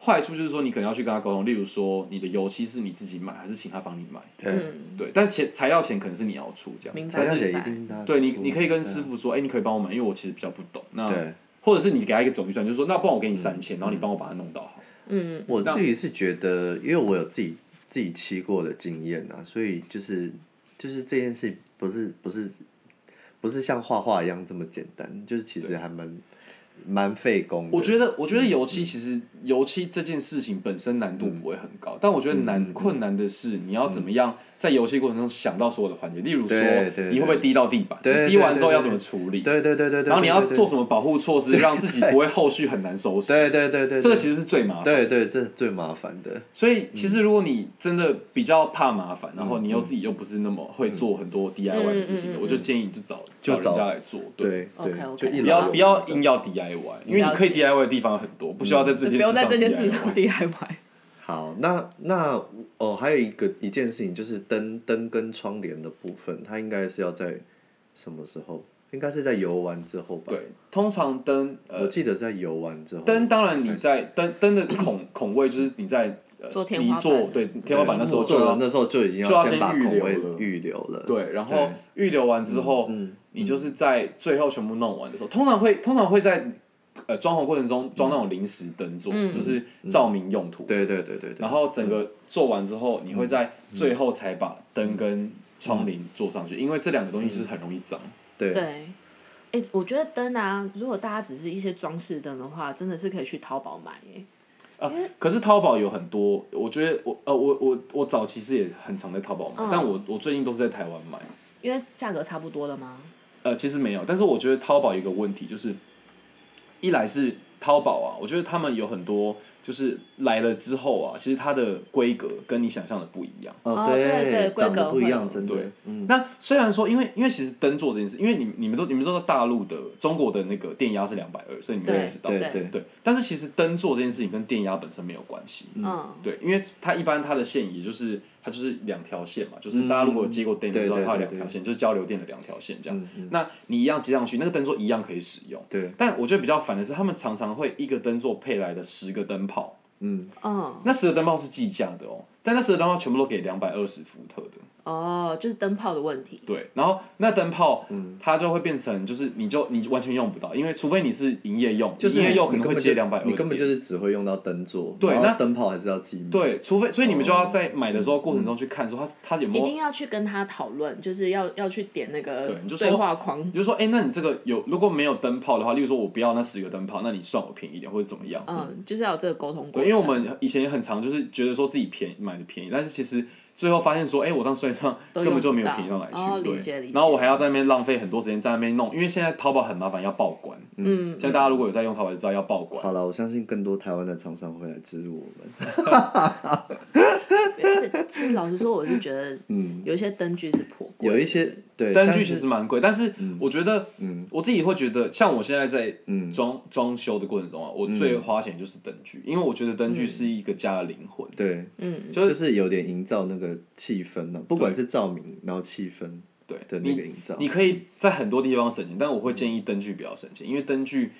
Speaker 1: 坏处就是说你可能要去跟他沟通，例如说你的油漆是你自己买还是请他帮你买，
Speaker 3: 对，
Speaker 2: 嗯
Speaker 1: 对，但钱材料钱可能是你要出这样
Speaker 2: 明
Speaker 1: 子，
Speaker 2: 白
Speaker 3: 材
Speaker 1: 但
Speaker 3: 料
Speaker 1: 是
Speaker 3: 也一定的。
Speaker 1: 对你你可以跟啊师傅说，哎、你可以帮我买，因为我其实比较不懂，那。
Speaker 3: 嗯对。嗯
Speaker 1: 或者是你给他一个总预算，就是说，那不然我给你三千，然后你帮我把它弄到好。
Speaker 2: 嗯，
Speaker 3: 我自己是觉得，因为我有自己自己骑过的经验啊，所以就是就是这件事不是不是不是像画画一样这么简单，就是其实还蛮蛮费工的。
Speaker 1: 我觉得，我觉得油
Speaker 3: 嗯
Speaker 1: 漆其实油漆这件事情本身难度不会很高，但我
Speaker 3: 嗯
Speaker 1: 觉得难困难的是你要怎么样在油漆过程中想到所有的环节，例如说
Speaker 3: 对对
Speaker 1: 你会不会滴到地板，
Speaker 3: 对对
Speaker 1: 你滴完之后要怎么处理，
Speaker 3: 对对对对对，
Speaker 1: 然后你要
Speaker 3: 对
Speaker 1: 做什么保护措施，让自己不会后续很难收拾。
Speaker 3: 对对对对，
Speaker 1: 这个其实是最麻烦的。
Speaker 3: 对对这最麻烦的，
Speaker 1: 所以其
Speaker 2: 嗯
Speaker 1: 实如果你真的比较怕麻烦，然后你又自己又不是那么会做很多 DIY 的事情
Speaker 2: 嗯嗯
Speaker 1: 的，
Speaker 2: 嗯
Speaker 1: 我就建议你就找
Speaker 3: 就
Speaker 1: 找人家
Speaker 3: 找
Speaker 1: 来做，对。
Speaker 3: 对
Speaker 2: OK，OK
Speaker 3: 对，就一
Speaker 1: 不
Speaker 3: 劳
Speaker 1: 要
Speaker 3: 永
Speaker 1: 不要
Speaker 3: 逸
Speaker 1: 硬要 DIY，因为你可以
Speaker 2: 了
Speaker 1: DIY 的地方很多，不需要在这
Speaker 2: 就
Speaker 1: 件
Speaker 2: 嗯不用在这件事
Speaker 1: 事
Speaker 2: 上
Speaker 1: 上
Speaker 2: DIY。
Speaker 3: 好，那那哦，还有一个一件事情就是灯灯跟窗帘的部分，它应该是要在什么时候？应该是在游玩之后吧。
Speaker 1: 对，通常灯
Speaker 3: 我
Speaker 1: 呃
Speaker 3: 记得是在游玩之后。
Speaker 1: 灯当然你在灯灯的孔孔位就是你在呃
Speaker 2: 做天
Speaker 1: 离
Speaker 2: 花板
Speaker 1: 座对天花板那时候就
Speaker 3: 就
Speaker 1: 要
Speaker 3: 那时候就已经
Speaker 1: 就要
Speaker 3: 先
Speaker 1: 先
Speaker 3: 把
Speaker 1: 预
Speaker 3: 孔
Speaker 1: 留
Speaker 3: 位
Speaker 1: 了
Speaker 3: 预留了。
Speaker 1: 对，然后预留完之后，你就是在最后全部弄完的时候，通常会通常会在呃装潢过程中装那种临时灯座，就是照明用途。
Speaker 3: 对对对对对
Speaker 1: 然后整个做完之后，你会在最后才把灯跟窗帘做上去，因为这两个东西是很容易脏。
Speaker 3: 对对
Speaker 2: 对，哎，我觉得灯啊，如果大家只是一些装饰灯的话，真的是可以去淘宝买耶。
Speaker 1: 啊，可是淘宝有很多，我觉得我呃我我我早其实也很常在淘宝买，
Speaker 2: 嗯
Speaker 1: 但我我最近都是在台湾买。
Speaker 2: 因为价格差不多了吗？
Speaker 1: 呃，其实没有，但是我觉得淘宝有一个问题就是，一来是淘宝啊，我觉得他们有很多就是来了之后啊，其实它的规格跟你想象的不一样。
Speaker 3: 哦
Speaker 2: 哦对对规
Speaker 3: 长得
Speaker 2: 格
Speaker 3: 不一
Speaker 2: 会
Speaker 3: 样，
Speaker 2: 有
Speaker 3: 真的嗯
Speaker 1: 对，那虽然说，因为因为其实灯做这件事，因为你你们都你们都知道大陆的中国的那个电压是两百二，所以你们
Speaker 2: 对
Speaker 1: 会知道。
Speaker 3: 对
Speaker 2: 对
Speaker 3: 对
Speaker 1: 对，但是其实灯做这件事情跟电压本身没有关系。
Speaker 2: 嗯，
Speaker 1: 对，因为它一般它的线也就是它就是两条线嘛，就是大家如果有接过电，你
Speaker 3: 嗯对
Speaker 1: 知道
Speaker 3: 对
Speaker 1: 它有
Speaker 3: 对嗯
Speaker 1: 两条线，就是交流电的两条线这样。那你一样接上去，那个灯座一样可以使用。
Speaker 3: 对
Speaker 1: 但我觉得比较烦的是，他们常常会一个灯座配来的十个灯泡，
Speaker 2: 嗯，
Speaker 1: 那十个灯泡是计价的哦，但那十个灯泡全部都给两百二十伏特的，
Speaker 2: 哦，就是灯泡的问题。
Speaker 1: 对，然后那灯泡，
Speaker 3: 嗯
Speaker 1: 它就会变成就是你就你完全用不到，因为除非你是营业用，
Speaker 3: 就是
Speaker 1: 营业
Speaker 3: 你
Speaker 1: 用可能
Speaker 3: 你根
Speaker 1: 会
Speaker 3: 本
Speaker 1: 接
Speaker 3: 就
Speaker 1: 两百二，
Speaker 3: 你根本就是只会用到灯座，
Speaker 1: 对
Speaker 3: 然后
Speaker 1: 那
Speaker 3: 灯泡还是要自己买。
Speaker 1: 对，除非所
Speaker 3: 哦
Speaker 1: 以你们就要在买的时
Speaker 3: 嗯
Speaker 1: 候过程中去看说它它有没
Speaker 2: 一
Speaker 1: 有
Speaker 2: 定要去跟他讨论，就是要要去点那个
Speaker 1: 对你就说
Speaker 2: 对话框
Speaker 1: 你，就说，哎、那你这个有如果没有灯泡的话，例如说我不要那十个灯泡，那你算我便宜一点，或者怎么样？
Speaker 2: 嗯，就是要有这个沟通过
Speaker 1: 对，
Speaker 2: 程。
Speaker 1: 因为我们以前也很常就是觉得说自己便宜买的便宜，但是其实最后发现说，哎、我这样算一算
Speaker 2: 都
Speaker 1: 根
Speaker 2: 用
Speaker 1: 本
Speaker 2: 不
Speaker 1: 就没有
Speaker 2: 到
Speaker 1: 便宜到哪里去，
Speaker 2: 哦理解理
Speaker 1: 对。然后
Speaker 2: 解
Speaker 1: 我还要在那边浪费很多时间在那边弄，因为现在淘宝很麻烦，要报关。
Speaker 2: 嗯，
Speaker 1: 现在大家如果有在用淘宝就知道要报关。
Speaker 3: 好了，我相信更多台湾的厂商会来支持我们。
Speaker 2: 而且其实老实说，我是觉得，
Speaker 1: 嗯
Speaker 2: 有一些灯具是颇贵的，
Speaker 3: 有一些对，
Speaker 1: 灯
Speaker 3: 但
Speaker 1: 具
Speaker 3: 是
Speaker 1: 其实蛮贵，但是我觉得，我自己会觉得，像我现在在装装修的过程中啊，我最花钱就是灯具，因为我觉得灯具是一个家的灵魂。
Speaker 3: 对，
Speaker 2: 嗯，
Speaker 1: 就是
Speaker 3: 就是有点营造那个气氛啊呢、不管是照明，然后气氛
Speaker 1: 对
Speaker 3: 的那
Speaker 1: 你
Speaker 3: 个营造。
Speaker 1: 你可以在很多地方省钱，但我会建议灯具不要省钱，因为灯具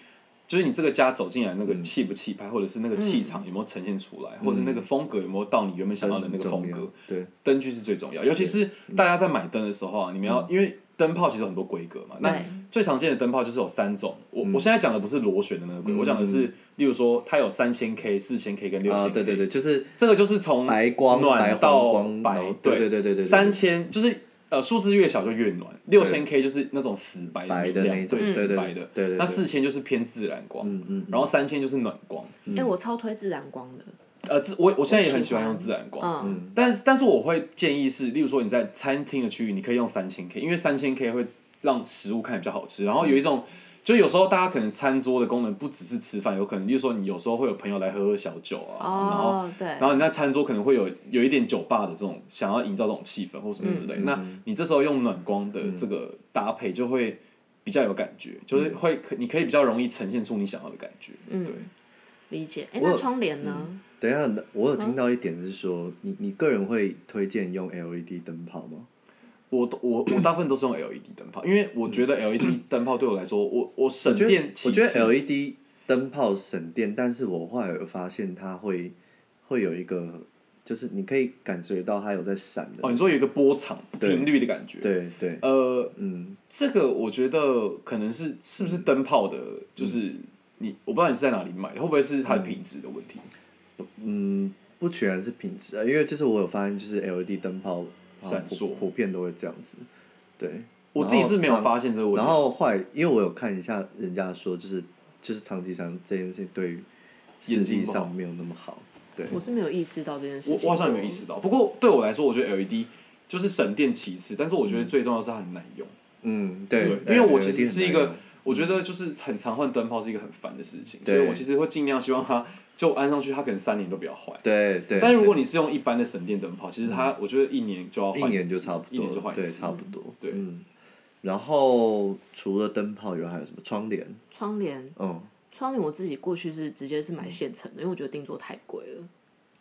Speaker 1: 就是你这个家走进来那
Speaker 3: 嗯
Speaker 1: 个气不气派，或者是那个气场有没有呈现出来，或者那个风格有没有到你原本想要的那个风
Speaker 3: 很重
Speaker 1: 格
Speaker 3: 要，对，
Speaker 1: 灯具是最重要。尤其是大家在买灯的时候啊，你们要
Speaker 3: 嗯
Speaker 1: 因为灯泡其实有很多规格嘛，那
Speaker 2: 对
Speaker 1: 最常见的灯泡就是有三种。我
Speaker 3: 嗯
Speaker 1: 我现在讲的不是螺旋的那个规格，我讲的是，例如说它有三千 K、四千 K 跟六千
Speaker 3: 啊，
Speaker 1: K。
Speaker 3: 对对对，就是
Speaker 1: 这个就是从
Speaker 3: 白光白
Speaker 1: 暖
Speaker 3: 黄
Speaker 1: 到
Speaker 3: 光
Speaker 1: 白
Speaker 3: 然后，
Speaker 1: 对
Speaker 3: 对对对对对对
Speaker 1: 三千就是呃数字越小就越暖，六千 K 就是那种死白的
Speaker 3: 白
Speaker 1: 明
Speaker 3: 的那
Speaker 1: 亮，
Speaker 3: 种
Speaker 1: 对
Speaker 3: 对
Speaker 1: 死
Speaker 3: 对
Speaker 1: 白的，
Speaker 3: 对对对
Speaker 1: 那四千就是偏自然光，嗯嗯，然后三千就是暖光，
Speaker 2: 哎，我超推自然光的，
Speaker 1: 呃，自我我现在也很
Speaker 2: 我喜
Speaker 1: 喜
Speaker 2: 欢
Speaker 1: 欢用自然光，
Speaker 2: 嗯，
Speaker 1: 但是但是我会建议是，例如说你在餐厅的区域，你可以用三千 K，因为三千 K 会让食物看起来比较好吃，然后有一种。就有时候大家可能餐桌的功能不只是吃饭，有可能，例如说你有时候会有朋友来喝喝小酒啊，然后
Speaker 2: 哦，对
Speaker 1: 然，后你那餐桌可能会有有一点酒吧的这种想要营造这种气氛或什么之类，
Speaker 3: 嗯
Speaker 1: 那你这时候用暖光的这个搭配就会比较有感觉，
Speaker 3: 嗯
Speaker 1: 就是会可你可以比较容易呈现出你想要的感觉。对，
Speaker 2: 嗯
Speaker 1: 嗯
Speaker 2: 理解。哎，
Speaker 3: 我
Speaker 2: 那
Speaker 3: 有
Speaker 2: 窗帘呢？
Speaker 3: 等一下，啊我有听到一点是说，你你个人会推荐用 LED 灯泡吗？
Speaker 1: 我都我我大部分都是用 LED 灯泡，因为我觉得 LED 灯泡对我来说，我我省
Speaker 3: 嗯我觉得
Speaker 1: 电其
Speaker 3: 我觉得 E
Speaker 1: 次。
Speaker 3: LED 灯泡省电，但是我后来有发现它会会有一个，就是你可以感觉到它有在闪的。
Speaker 1: 哦，你说有一个波长频率的感觉。
Speaker 3: 对对，
Speaker 1: 呃，
Speaker 3: 嗯，
Speaker 1: 这个我觉得可能是是不是灯泡的，就是
Speaker 3: 嗯
Speaker 1: 你我不知道你是在哪里买的，会不会是它的品质的问题？
Speaker 3: 嗯，不全然是品质，呃因为就是我有发现，就是 LED 灯泡好像
Speaker 1: 闪烁
Speaker 3: 普普遍都会这样子，对。
Speaker 1: 我自己是没有
Speaker 3: 然后
Speaker 1: 发现这个问题。
Speaker 3: 然后后来，因为我有看一下人家说，就是就是长期上这件事情对于视
Speaker 1: 眼睛
Speaker 3: 力
Speaker 1: 不好
Speaker 3: 上没有那么好，对。
Speaker 2: 我是没有意识到这件事
Speaker 1: 我
Speaker 2: 情，哦
Speaker 1: 我好像也没有意识到，不过对我来说，我觉得 LED 就是省电其次，但是我觉得最重要的是它很难用，
Speaker 3: 嗯，对，
Speaker 1: 因为我其实
Speaker 3: 有一定
Speaker 1: 是一
Speaker 3: 很
Speaker 1: 个
Speaker 3: 难用，
Speaker 1: 我觉得就是很常换灯泡是一个很烦的事情，所
Speaker 3: 对
Speaker 1: 以我其实会尽量希望它就安上去，它可能三年都不要坏。
Speaker 3: 对对。
Speaker 1: 但如果
Speaker 3: 对嗯
Speaker 1: 你是用一般的省电灯泡，其实它我觉得一年就要换
Speaker 3: 一
Speaker 1: 次
Speaker 3: 年就差不
Speaker 1: 一年就
Speaker 3: 多，
Speaker 1: 换一
Speaker 3: 对，
Speaker 1: 次
Speaker 3: 差。不多，
Speaker 1: 对
Speaker 3: 嗯。然后除了灯泡以外，还有什么窗帘？
Speaker 2: 窗帘，
Speaker 3: 嗯，
Speaker 2: 窗帘我自己过去是直接是买现成的，因为我觉得定做太贵了。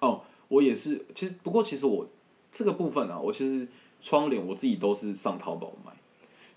Speaker 1: 哦，我也是，其实不过其实我这个部分啊，我其实窗帘我自己都是上淘宝买，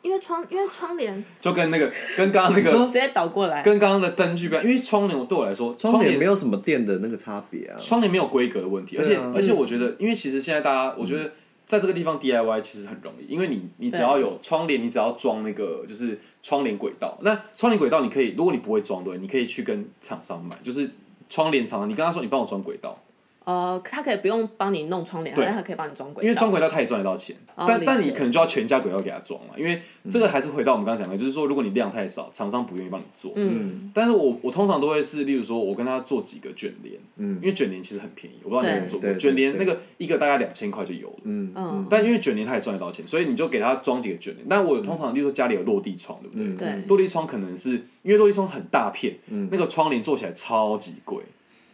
Speaker 2: 因为窗，因为窗帘
Speaker 1: 就跟那个跟刚刚 那
Speaker 3: 你说
Speaker 1: 个
Speaker 2: 直接倒过来，
Speaker 1: 跟刚刚的灯具不一样，因为窗帘我对我来说，
Speaker 3: 窗
Speaker 1: 帘
Speaker 3: 帘没有什么电的那个差别
Speaker 2: 嗯
Speaker 3: 啊。
Speaker 1: 窗帘没有规格的问题，而
Speaker 3: 对
Speaker 1: 且、
Speaker 3: 啊
Speaker 1: 而且我觉得，因为其实现在大
Speaker 2: 嗯
Speaker 1: 家，我觉得在这个地方 DIY 其实很容易，因为你你只要有窗帘，你只要装那个就是窗帘轨道。那窗帘轨道你可以，如果你不会装对，你可以去跟厂商买，就是窗帘厂商，你跟他说你帮我装轨道，
Speaker 2: 呃，他可以不用帮你弄窗帘，
Speaker 1: 对
Speaker 2: 但他可以帮你装轨道，
Speaker 1: 因为装轨道他也赚得到钱，
Speaker 2: 哦
Speaker 1: 但
Speaker 2: 理解嗯
Speaker 1: 但你可能就要全家轨道给他装了，因为这个还是回到我们刚刚讲的，就是说如果你量太少，厂商不愿意帮你做。
Speaker 2: 嗯，
Speaker 1: 但是我我通常都会是，例如说我跟他做几个卷帘，嗯，因为卷帘其实很便宜，我不知道你有没有做过
Speaker 3: 对对
Speaker 1: 卷帘，
Speaker 3: 对
Speaker 1: 那个一个大概两千块就有了，
Speaker 3: 嗯
Speaker 2: 嗯
Speaker 1: 但因为卷帘他也赚得到钱，所以你就给他装几个卷帘。但我通常，例如说家里有落地窗，对不对？
Speaker 3: 嗯
Speaker 2: 对
Speaker 1: 落地窗可能是因为落地窗很大片，那个窗帘做起来超级贵，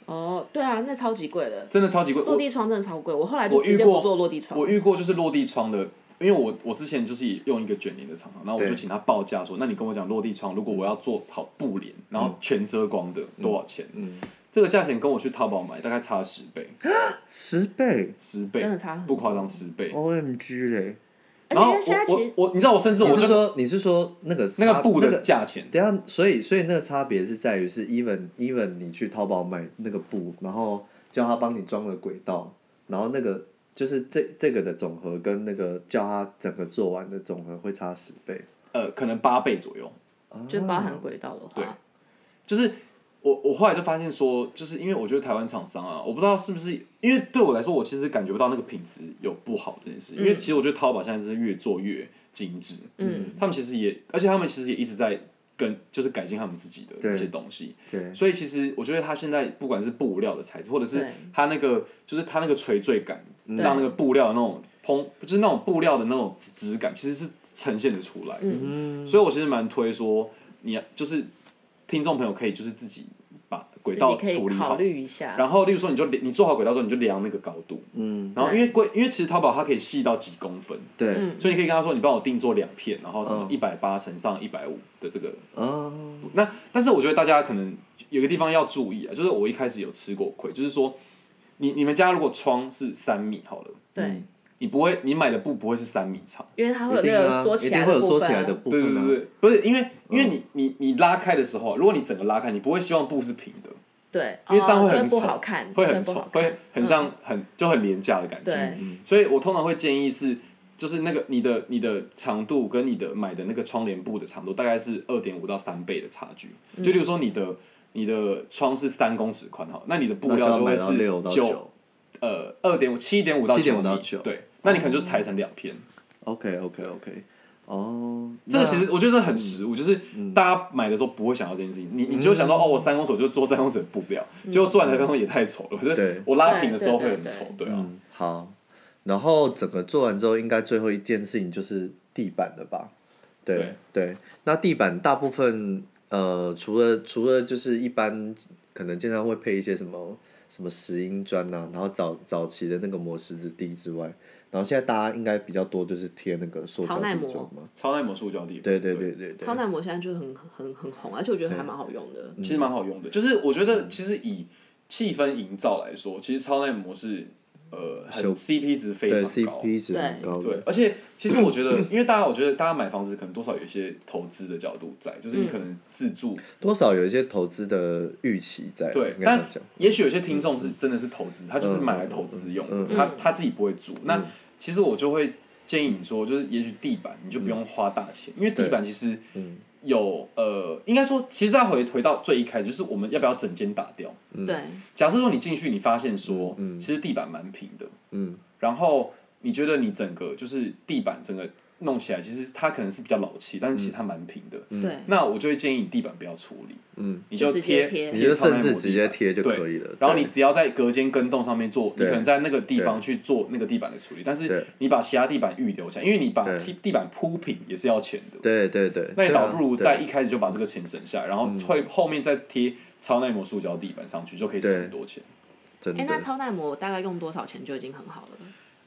Speaker 2: 哦，对啊，那超级贵的，
Speaker 1: 真的超级贵。
Speaker 2: 落
Speaker 1: 我
Speaker 2: 地窗真的超贵，我后来就
Speaker 1: 我
Speaker 2: 直
Speaker 1: 遇
Speaker 2: 接不
Speaker 1: 过
Speaker 2: 做落地窗
Speaker 1: 我。遇过就是落地窗的，因为我我之前就是用一个卷帘的厂商，然后我
Speaker 3: 对
Speaker 1: 就请他报价说，那你跟我讲落地窗，如果我要做好布帘，然后全遮光的多少钱？
Speaker 3: 嗯，
Speaker 1: 这个价钱跟我去淘宝买大概差十倍，
Speaker 3: 十倍
Speaker 1: 十倍，
Speaker 2: 真的差很多
Speaker 1: 不夸张，十倍。
Speaker 3: ，O M G 嘞！
Speaker 2: 而
Speaker 1: 然后我
Speaker 2: 且因为现在其
Speaker 1: 我
Speaker 2: 实
Speaker 1: 我，你知道我甚至
Speaker 3: 你
Speaker 1: 我
Speaker 3: 是
Speaker 1: 就
Speaker 3: 说你是说那个
Speaker 1: 那
Speaker 3: 差
Speaker 1: 个布
Speaker 3: 那
Speaker 1: 的价钱，
Speaker 3: 等一下，所以所以那个差别是在于是 even even 你去淘宝买那个布，然后叫他帮你装了轨道，然后那个就是这这个的总和跟那个叫他整个做完的总和会差十倍。
Speaker 1: 呃，可能八倍左右。
Speaker 2: 就包含轨道的
Speaker 1: 对
Speaker 2: 话，
Speaker 1: 就是我我后来就发现说，就是因为我觉得台湾厂商啊，我不知道是不是因为对我来说，我其实感觉不到那个品质有不好这件事，因为其实我觉得淘宝现在真是越做越精致，
Speaker 2: 嗯，
Speaker 1: 他们其实也，而且他们其实也一直在跟就是改进他们自己的一些东西，
Speaker 3: 对，
Speaker 1: 所以其实我觉得它现在不管是布料的材质，或者是
Speaker 2: 对
Speaker 1: 它那个就是它那个垂坠感，让那个布料的那种蓬，就是那种布料的那种质感，其实是呈现的出来。嗯，所以我其实蛮推说你就是听众朋友可以就是自己把轨
Speaker 2: 自己
Speaker 1: 道
Speaker 2: 可以
Speaker 1: 处理
Speaker 2: 考
Speaker 1: 好。
Speaker 2: 虑一下。
Speaker 1: 然后，例如说，你就你做好轨道之后，你就量那个高度，嗯，然后因为规，因为其实淘宝它可以细到几公分，
Speaker 3: 对，
Speaker 1: 所以你可以跟他说，你帮我定做两片，然后什么
Speaker 3: 嗯
Speaker 1: 一百八乘上一百五的这个
Speaker 3: 嗯，
Speaker 1: 那但是我觉得大家可能有个地方要注意啊，就是我一开始有吃过亏，就是说你你们家如果窗是三米好了，
Speaker 2: 对，
Speaker 3: 嗯
Speaker 1: 你不会你买的布不会是三米长，
Speaker 2: 因为它会
Speaker 3: 一
Speaker 2: 有那
Speaker 3: 定
Speaker 2: 个
Speaker 3: 啊，
Speaker 2: 缩
Speaker 3: 一
Speaker 2: 起
Speaker 3: 定
Speaker 2: 来
Speaker 3: 会
Speaker 2: 的
Speaker 3: 有缩
Speaker 2: 部
Speaker 3: 起来的
Speaker 2: 分，
Speaker 3: 部
Speaker 1: 对对
Speaker 3: 分、啊。
Speaker 1: 对，对不是因为因为你你你拉开的时候，如果你整个拉开，你不会希望布是平的，
Speaker 2: 对，
Speaker 1: 因为这样
Speaker 2: 哦
Speaker 1: 会
Speaker 2: 就
Speaker 1: 很丑
Speaker 2: 不好看，
Speaker 1: 会
Speaker 2: 真
Speaker 1: 很
Speaker 2: 的不
Speaker 1: 丑
Speaker 2: 好，看嗯
Speaker 1: 会很像很就很廉价的感觉。嗯
Speaker 2: 对，
Speaker 1: 所以我通常会建议是，就是那个你的你的长度跟你的买的那个窗帘布的长度大概是二点五到三倍的差距。
Speaker 2: 嗯
Speaker 1: 就例如说你的你的窗是三公尺宽哈，那你的布
Speaker 3: 那就
Speaker 1: 料
Speaker 3: 要
Speaker 1: 就
Speaker 3: 买
Speaker 1: 会
Speaker 3: 到
Speaker 1: 是
Speaker 3: 六到
Speaker 1: 九
Speaker 3: 九
Speaker 1: 呃二点五七点五到
Speaker 3: 7.5到
Speaker 1: 九
Speaker 3: 9
Speaker 1: 米，对，那你可能
Speaker 2: 哦
Speaker 1: 就是裁成两片。
Speaker 3: ，OK OK OK，哦，
Speaker 1: 这个其
Speaker 3: 那嗯
Speaker 1: 实我觉得这很实务，就是大家买的时候不会想到这件事情，你你就想到哦，我三公尺我就做三公尺的布料，结果做完才发现也太丑了，我觉得
Speaker 3: 嗯对
Speaker 1: 我拉平的时候会
Speaker 2: 对对
Speaker 1: 很
Speaker 2: 对
Speaker 1: 丑，对啊，
Speaker 3: 嗯好，然后整个做完之后，应该最后一件事情就是地板了吧？对对，那地板大部分呃，除了除了就是一般可能经常会配一些什么什么石英砖呐、然后早早期的那个磨石子地之外，然后现在大家应该比较多就是贴那个塑胶
Speaker 2: 超耐
Speaker 3: 地
Speaker 2: 磨
Speaker 3: 砖嘛。
Speaker 1: 超耐磨塑胶地，
Speaker 3: 对对对对对，
Speaker 2: 嗯超耐磨现在就很很很红，啊而且我觉得还蛮好用的。
Speaker 1: 其实蛮好用的。就是我觉
Speaker 3: 嗯
Speaker 1: 得，其实以气氛营造来说，其实超耐模是呃很 CP 值非
Speaker 3: 对
Speaker 1: 常高。
Speaker 3: CP 值很
Speaker 2: 对
Speaker 3: 高
Speaker 1: 对
Speaker 3: 的，，
Speaker 1: 而且其实我觉得，因为大家我觉得大家买房子可能多少有一些投资的角度在，就是
Speaker 3: 嗯
Speaker 1: 你可能自住，
Speaker 3: 多少有一些投资的预期在，
Speaker 1: 对
Speaker 3: 应，该这
Speaker 1: 但
Speaker 3: 样讲。
Speaker 1: 也许有些听众是真的是投资，他就是买来投资用
Speaker 3: 嗯
Speaker 1: 的，他他自己不会住。那其实我就会建议你说，就是也许地板你就不用花大钱，因为地板其实
Speaker 3: 嗯
Speaker 1: 有呃，应该说其实要回回到最一开始，就是我们要不要整间打掉？
Speaker 2: 对，
Speaker 1: 假设说你进去，你发现说，
Speaker 3: 嗯
Speaker 1: 其实地板蛮平的，嗯，然后你觉得你整个就是地板整个弄起来，其实它可能是比较老气，但是
Speaker 3: 嗯
Speaker 1: 其实它蛮平的，
Speaker 2: 对
Speaker 1: 那我就会建议你地板不要处理，嗯，你
Speaker 2: 就直
Speaker 1: 贴
Speaker 2: 接，贴
Speaker 3: 你就
Speaker 1: 超耐
Speaker 3: 甚至
Speaker 1: 磨地
Speaker 3: 直接
Speaker 1: 板
Speaker 3: 贴就
Speaker 1: 对
Speaker 3: 可以了
Speaker 1: 然后
Speaker 3: 对
Speaker 1: 你只要在隔间跟洞上面做，你
Speaker 3: 对
Speaker 1: 可能在那个地方
Speaker 3: 对
Speaker 1: 去做那个地板的处理，但
Speaker 3: 对
Speaker 1: 是你把其他地板预留下来，因为你把
Speaker 3: 对
Speaker 1: 地地板铺平也是要钱的，
Speaker 3: 对对对，
Speaker 1: 那你
Speaker 3: 对啊
Speaker 1: 倒不如
Speaker 3: 对
Speaker 1: 在一开始就把这个钱省下来，然后会后面再贴超耐磨塑胶地板上去，就可以省
Speaker 3: 对
Speaker 1: 很多钱。
Speaker 3: 真
Speaker 2: 哎，那
Speaker 3: 的。
Speaker 2: 超耐磨大概用多少钱就已经很好了？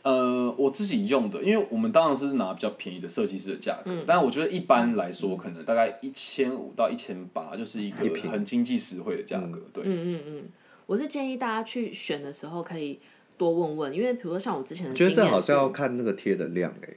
Speaker 1: 呃，我自己用的，因为我们当然是拿比较便宜的设计师的价格，
Speaker 2: 嗯
Speaker 1: 但我觉得一般来说，可能大概一千五到一千八，就是一个
Speaker 3: 嗯一嗯瓶
Speaker 1: 很经济实惠的价格。对，
Speaker 2: 嗯我是建议大家去选的时候可以多问问，因为比如说像我之前的
Speaker 3: 觉
Speaker 2: 经
Speaker 3: 得
Speaker 2: 验
Speaker 3: 这好
Speaker 2: 是
Speaker 3: 像要看那个贴的量哎、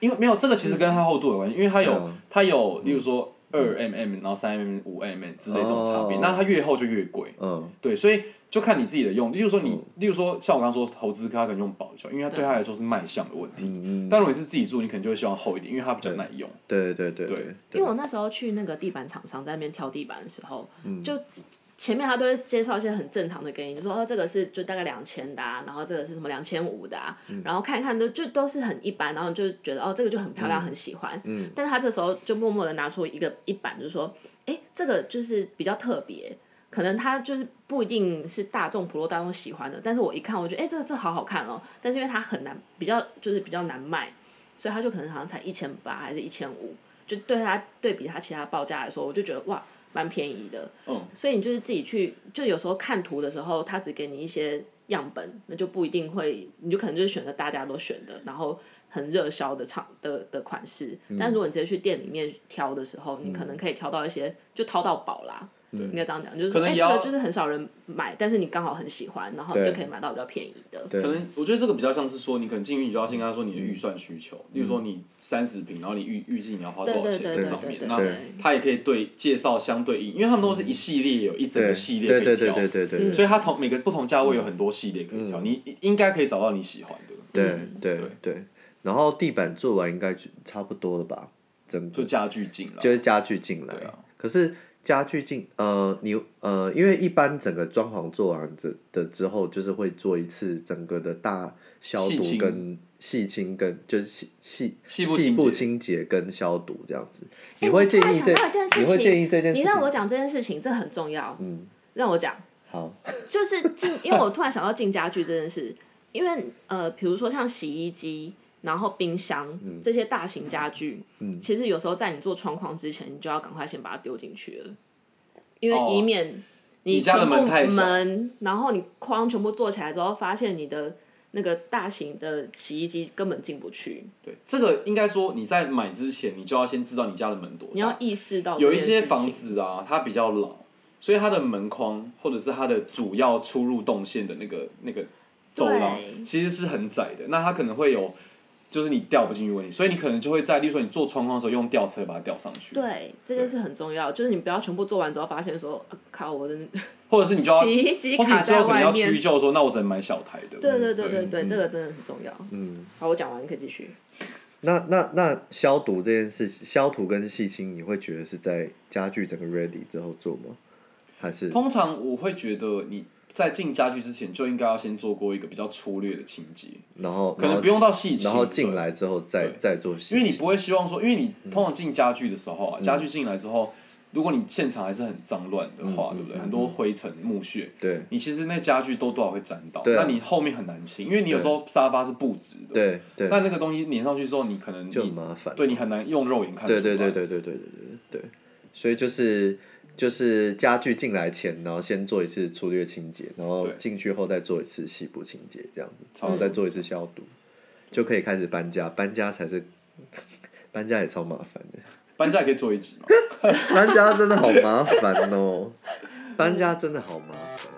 Speaker 1: 因为没有这个，其实跟它厚度有关系，因为它有、
Speaker 3: 对啊
Speaker 1: 它有，例如说二 mm，然后三 mm、五 mm 之类这种差别，
Speaker 3: 哦
Speaker 1: 那它越厚就越贵。
Speaker 3: 嗯，
Speaker 1: 对，所以就看你自己的用。例如说你，例如说像我刚刚说投资客，他可能用薄胶，因为它对他来说是卖相的问题。但如果你是自己住，你可能就会希望厚一点，因为它比较耐用。
Speaker 3: 对对对
Speaker 1: 对
Speaker 3: 对
Speaker 2: 因为我那时候去那个地板厂商在那边挑地板的时候，就前面他都会介绍一些很正常的给你，就说哦这个是就大概两千的、啊，然后这个是什么两千五的、啊，然后看一看都就都是很一般，然后就觉得哦这个就很漂亮，很喜欢。但是他这时候就默默的拿出一个一板，就说哎这个就是比较特别。可能它就是不一定是大众普罗大众喜欢的，但是我一看，我觉得哎、这个这个好好看哦。但是因为它很难，比较就是比较难卖，所以它就可能好像才一千八还是一千五，就对它对比它其他报价来说，我就觉得哇，蛮便宜的。
Speaker 1: 嗯，
Speaker 2: 所以你就是自己去，就有时候看图的时候，它只给你一些样本，那就不一定会，你就可能就是选择大家都选的，然后很热销的厂的的款式。
Speaker 1: 嗯
Speaker 2: 但如果你直接去店里面挑的时候，你可能可以挑到一些就淘到宝啦。应该这样讲，就是说，
Speaker 1: 可能
Speaker 2: 哎、
Speaker 1: 也
Speaker 2: 这个
Speaker 1: 要
Speaker 2: 就是很少人买，但是你刚好很喜欢，然后你
Speaker 3: 对
Speaker 2: 就可以买到比较便宜的。
Speaker 3: 对
Speaker 1: 可能我觉得这个比较像是说，你可能进去你就要先跟他说你的预算需求，例如说你三十平，然后你预预计你要花多少
Speaker 2: 对对
Speaker 1: 钱
Speaker 2: 对
Speaker 1: 在
Speaker 2: 对
Speaker 1: 上
Speaker 2: 对
Speaker 1: 面，
Speaker 2: 对
Speaker 1: 那
Speaker 2: 对，
Speaker 1: 他也可以对介绍相对应，因为他们都是一系列有一整个
Speaker 3: 对
Speaker 1: 系列
Speaker 3: 对
Speaker 1: 可以
Speaker 3: 对
Speaker 1: 挑
Speaker 2: 嗯
Speaker 3: 对，对对对，
Speaker 1: 所以它同每个不同价位有很多系列可以挑，你应该可以找到你喜欢的。
Speaker 3: 嗯对对对。然后地板做完应该就差不多了吧？整
Speaker 1: 就家具进了，
Speaker 3: 就是家具进来。
Speaker 1: 啊
Speaker 3: 可是家具进呃，你呃，因为一般整个装潢做完这的之后，就是会做一次整个的大消
Speaker 1: 细
Speaker 3: 毒
Speaker 1: 清
Speaker 3: 跟细清跟就是细细
Speaker 1: 细部
Speaker 3: 细
Speaker 1: 清
Speaker 3: 部
Speaker 1: 洁
Speaker 3: 清洁跟消毒这样子。
Speaker 2: 哎
Speaker 3: 你会
Speaker 2: 我突
Speaker 3: 建
Speaker 2: 然
Speaker 3: 议
Speaker 2: 想
Speaker 3: 这
Speaker 2: 到一件事
Speaker 3: 你会
Speaker 2: 情
Speaker 3: 建议这件事
Speaker 2: 你
Speaker 3: 情？
Speaker 2: 让我讲这件事情，这很重要。嗯，让我讲，
Speaker 3: 好，
Speaker 2: 就是进，因为我突然想到进家具这件事， 因为呃，比如说像洗衣机。然后冰箱、
Speaker 1: 嗯
Speaker 2: 这些大型家具，其实有时候在你做窗框之前，你就要赶快先把它丢进去了，因为
Speaker 1: 哦
Speaker 2: 以免你
Speaker 1: 你家的
Speaker 2: 全部
Speaker 1: 门太小
Speaker 2: 门然后你框全部做起来之后，发现你的那个大型的洗衣机根本进不去，
Speaker 1: 对，这个应该说你在买之前，你就要先知道你家的门多大。
Speaker 2: 你要意识到
Speaker 1: 哦有
Speaker 2: 这
Speaker 1: 一
Speaker 2: 件
Speaker 1: 些
Speaker 2: 事
Speaker 1: 房
Speaker 2: 情
Speaker 1: 子啊，它比较老，所以它的门框或者是它的主要出入动线的那个那个走廊
Speaker 2: 对
Speaker 1: 其实是很窄的，那它可能会有。就是你掉不进去问题，所以你可能就会在，例如说你做窗框的时候用吊车把它吊上去，，
Speaker 2: 对，这件事很重要，就是你不要全部做完之后发现说，啊、靠，我的
Speaker 1: 或者是你就要，
Speaker 2: 洗衣机
Speaker 1: 或是你
Speaker 2: 卡
Speaker 1: 最
Speaker 2: 在
Speaker 1: 后可能
Speaker 2: 外
Speaker 1: 要嗯
Speaker 2: 面
Speaker 1: 屈。就说，那我只能买小台的，
Speaker 2: 对对对
Speaker 1: 对
Speaker 2: 对对，这个真的很重要。嗯，好，我讲完，你可以继续。
Speaker 3: 那那那消毒这件事，消毒跟细清，你会觉得是在家具整个 ready 之后做吗？还是
Speaker 1: 通常我会觉得你在进家具之前就应该要先做过一个比较粗略的清洁，
Speaker 3: 然后
Speaker 1: 可能不用到细
Speaker 3: 然
Speaker 1: 清，
Speaker 3: 后
Speaker 1: 对
Speaker 3: 进来之后再再做细
Speaker 1: 因
Speaker 3: 清，
Speaker 1: 为你不会希望说，因为你通常进家具的时候
Speaker 3: 嗯
Speaker 1: 啊，家具进来之后，如果你现场还是很脏乱的话，
Speaker 3: 嗯
Speaker 1: 对不对？很多灰尘、木屑，
Speaker 3: 对
Speaker 1: 你其实那家具多多少会沾到，
Speaker 3: 对啊
Speaker 1: 那你后面很难清，因为你有时候沙发是布质的，
Speaker 3: 对对，
Speaker 1: 那那个东西粘上去之后，你可能
Speaker 3: 就很
Speaker 1: 你
Speaker 3: 麻烦。
Speaker 1: 对你很难用肉眼看出
Speaker 3: 对
Speaker 1: 来，
Speaker 3: 对对对对对对对对，所以就是就是家具进来前，然后先做一次粗略清洁，然后
Speaker 1: 对嗯
Speaker 3: 进去后再做一次细部清洁，这样子，
Speaker 1: 差
Speaker 3: 然
Speaker 1: 不
Speaker 3: 后
Speaker 1: 多
Speaker 3: 再做一次消毒，就可以开始搬家。搬家才是搬家也超麻烦的，
Speaker 1: 搬家也可以做一集嘛。
Speaker 3: 搬家真的好麻烦哦，搬家真的好麻烦。